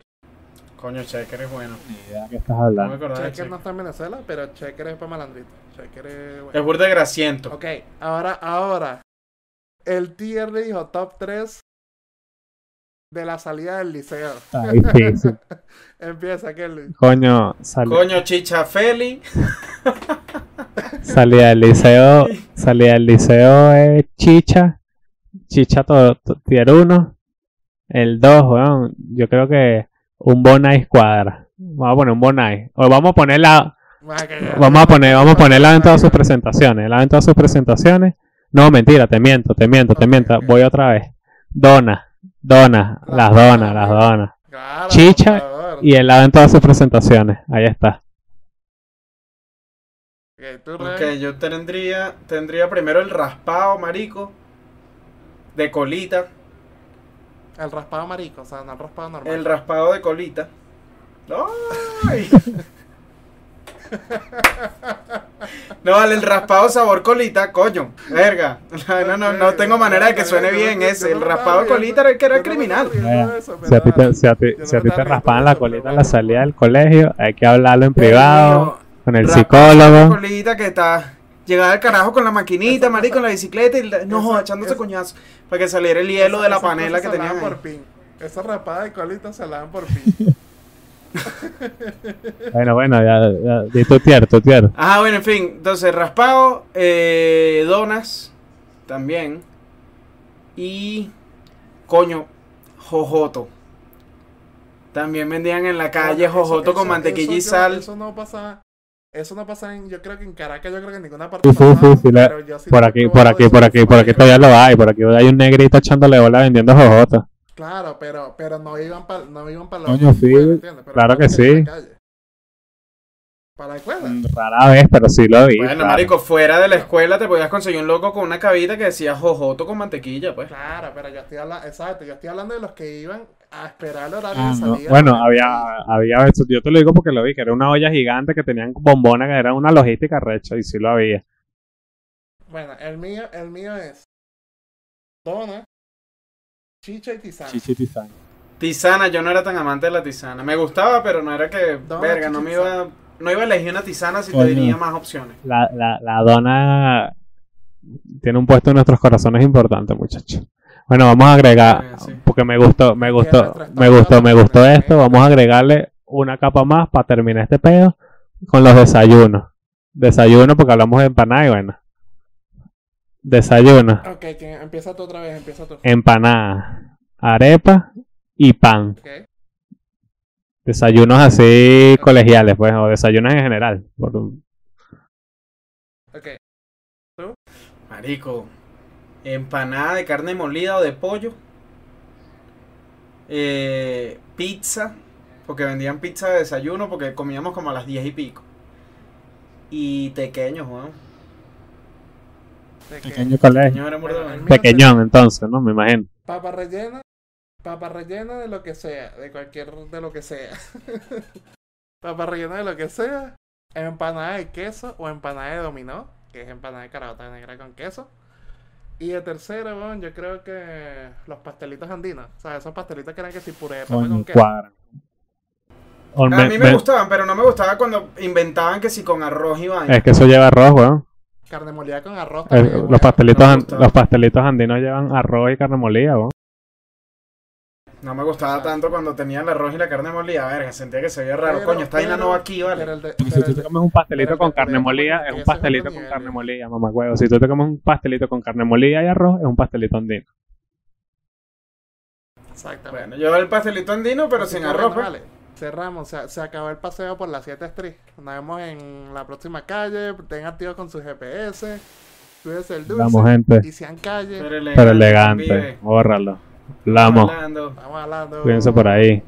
Speaker 2: Coño, Checker es bueno.
Speaker 3: ¿Qué estás
Speaker 2: No me
Speaker 3: hablando?
Speaker 2: acordaba de
Speaker 1: Checker no
Speaker 2: Checker.
Speaker 1: está en Venezuela, pero Checker es para malandrito. Checker es. bueno.
Speaker 2: Es burda de grasiento.
Speaker 1: Ok, ahora, ahora. El tier le dijo top 3 de la salida del liceo.
Speaker 3: Está difícil.
Speaker 1: Empieza, Kelly.
Speaker 3: Coño, sal-
Speaker 2: Coño, Chicha Feli.
Speaker 3: salí del liceo. Salí del liceo es Chicha. Chicha to- to- tier 1. El 2, weón. Yo creo que un Bonai cuadra. Vamos a poner un Bonai. O vamos a poner la, Vamos a poner, vamos a ponerla en todas sus presentaciones, la en todas sus presentaciones. No, mentira, te miento, te miento, te miento. Voy otra vez. Dona, dona, las donas, las donas.
Speaker 1: Claro,
Speaker 3: Chicha
Speaker 1: por favor.
Speaker 3: Y el lado en todas sus presentaciones. Ahí está.
Speaker 1: Ok, tú,
Speaker 2: Ok,
Speaker 1: Rey.
Speaker 2: yo tendría, tendría primero el raspado, marico. De colita.
Speaker 1: El raspado marico, o sea, no el raspado normal.
Speaker 2: El raspado de colita. ¡Ay! No, vale, el raspado sabor colita, coño. Verga. No, no, no tengo manera de que suene bien ese. El raspado de colita era el que era criminal.
Speaker 3: Si a ti te, si a ti- si a ti te raspaban la colita en la salida del colegio, hay que hablarlo en privado, con el
Speaker 2: Raspado de
Speaker 3: psicólogo.
Speaker 2: colita que está llegada al carajo con la maquinita, marico, en la bicicleta y la- no, joda, echándose coñazo para que saliera el hielo de la panela que tenían. ahí.
Speaker 1: por pin. Esa raspada de colita se la dan por pin.
Speaker 3: Bueno, bueno, ya, ya, di tu tier, tu tier.
Speaker 2: Ah, bueno, en fin. Entonces, raspado, eh, donas también. Y, coño, jojoto. También vendían en la
Speaker 1: Bueno,
Speaker 2: calle
Speaker 1: eso-
Speaker 2: jojoto
Speaker 1: eso-
Speaker 2: con mantequilla y
Speaker 1: eso yo-
Speaker 2: sal.
Speaker 1: Eso no pasa. Eso no pasa en, yo creo que en Caracas, yo creo que en ninguna parte.
Speaker 3: Sí, sí,
Speaker 1: pasaba,
Speaker 3: sí, sí, la-
Speaker 1: pero yo sí
Speaker 3: Por
Speaker 1: lo he
Speaker 3: aquí, por
Speaker 1: probado y
Speaker 3: aquí,
Speaker 1: eso
Speaker 3: por
Speaker 1: no
Speaker 3: aquí,
Speaker 1: sabe
Speaker 3: por aquí
Speaker 1: bien.
Speaker 3: todavía lo hay. Por aquí hay un negrito echándole bola vendiendo jojotas.
Speaker 1: Claro, pero, pero no iban para no iban para
Speaker 3: Coño, sí, claro que sí. Mm.
Speaker 1: Para la escuela.
Speaker 3: Rara vez, pero sí lo vi.
Speaker 2: Bueno,
Speaker 3: claro.
Speaker 2: marico, fuera de la escuela te podías conseguir un loco con una cabita que decía jojoto con mantequilla, pues.
Speaker 1: Claro, pero yo estoy hablando, exacto, yo estoy hablando de los que iban a esperar el horario
Speaker 3: Ah,
Speaker 1: de
Speaker 3: no.
Speaker 1: salida.
Speaker 3: Bueno, había, había eso. Yo te lo digo porque lo vi, que era una olla gigante que tenían bombona, que era una logística recha, y sí lo había.
Speaker 1: Bueno, el mío, el mío es Dona, Chicha y Tizana.
Speaker 3: Chichitizán.
Speaker 2: Tisana, yo no era tan amante de la tisana. Me gustaba, pero no era que,
Speaker 1: Dona,
Speaker 2: verga, no me iba, no iba a elegir una tisana si
Speaker 3: Coño.
Speaker 2: te tenía más opciones.
Speaker 3: La, la, la dona tiene un puesto en nuestros corazones importante, muchachos. Bueno, vamos a agregar,
Speaker 2: Sí, sí.
Speaker 3: porque me gustó, me gustó,
Speaker 1: nuestra
Speaker 3: me gustó, me
Speaker 1: tabla,
Speaker 3: gustó
Speaker 1: nuestra
Speaker 3: esto. Vamos a agregarle una capa más para terminar este pedo con los desayunos. Desayuno, porque hablamos de empanada y bueno. Desayuno,
Speaker 1: Ok, ¿quién- empieza tú otra vez, empieza tú.
Speaker 3: Eh. empanada, arepa y pan.
Speaker 1: Ok.
Speaker 3: Desayunos así colegiales, pues, o desayunos en general. por un-
Speaker 1: Ok.
Speaker 2: Marico, empanada de carne molida o de pollo. eh, pizza, porque vendían pizza de desayuno, porque comíamos como a las 10 y pico. Y tequeños,
Speaker 3: Eh.
Speaker 2: weón.
Speaker 1: ¿de qué?
Speaker 3: Pequeño colegio.
Speaker 2: Tequeños era burda de bueno.
Speaker 3: Pequeñón, entonces, ¿no? Me imagino.
Speaker 1: Papa rellena. Papa rellena de lo que sea. De cualquier. de lo que sea. papa rellena de lo que sea. Empanada de queso o empanada de dominó. Que es empanada de carabota negra con queso. Y de tercero, weón, yo creo que los pastelitos andinos. O sea, esos pastelitos que eran que si puré de papa
Speaker 3: Coño,
Speaker 1: con queso.
Speaker 3: cuadra. O
Speaker 2: A
Speaker 3: me-
Speaker 2: mí
Speaker 3: me-
Speaker 2: me gustaban, pero no me gustaba cuando inventaban que si con arroz y vaina.
Speaker 3: Es que eso lleva arroz, weón.
Speaker 1: Carne molida con arroz.
Speaker 3: Eh,
Speaker 1: también, weón.
Speaker 3: los, pastelitos,
Speaker 2: me
Speaker 3: an-
Speaker 2: gusta.
Speaker 3: los pastelitos andinos llevan arroz y carne molida, weón.
Speaker 2: No me gustaba tanto cuando tenían el arroz y la carne molida. Verga, sentía que se veía raro.
Speaker 1: Pero-
Speaker 2: Coño, esta vaina
Speaker 1: pero-
Speaker 2: no va aquí,
Speaker 1: pero
Speaker 2: ¿vale?
Speaker 1: el de-
Speaker 3: Porque si
Speaker 1: pero
Speaker 3: tú
Speaker 1: el
Speaker 3: te
Speaker 1: de-
Speaker 3: comes un pastelito
Speaker 1: pero
Speaker 3: con
Speaker 1: el de-
Speaker 3: carne
Speaker 1: pero
Speaker 3: molida,
Speaker 1: ese
Speaker 3: es
Speaker 1: es
Speaker 3: un
Speaker 1: otro
Speaker 3: pastelito con
Speaker 1: nivel,
Speaker 3: carne
Speaker 1: eh.
Speaker 3: molida, mamá huevo. Si tú te comes un pastelito con carne molida y arroz, es un pastelito andino.
Speaker 1: Exactamente.
Speaker 2: Bueno, yo el pastelito andino, pero
Speaker 1: Así
Speaker 2: sin
Speaker 1: que bueno,
Speaker 2: arroz. pues.
Speaker 1: vale. Cerramos, se, se acabó el paseo por las 7 Street. Nos vemos en la próxima calle. Tengan activos con su GPS. Cuídense el dulce.
Speaker 3: Vamos, gente.
Speaker 1: Y sean calle.
Speaker 2: Pero elegante.
Speaker 3: Pero elegante.
Speaker 2: vive.
Speaker 3: Bórralo. Hablamos.
Speaker 2: Hablando.
Speaker 1: Estamos hablando.
Speaker 3: Cuídense por ahí.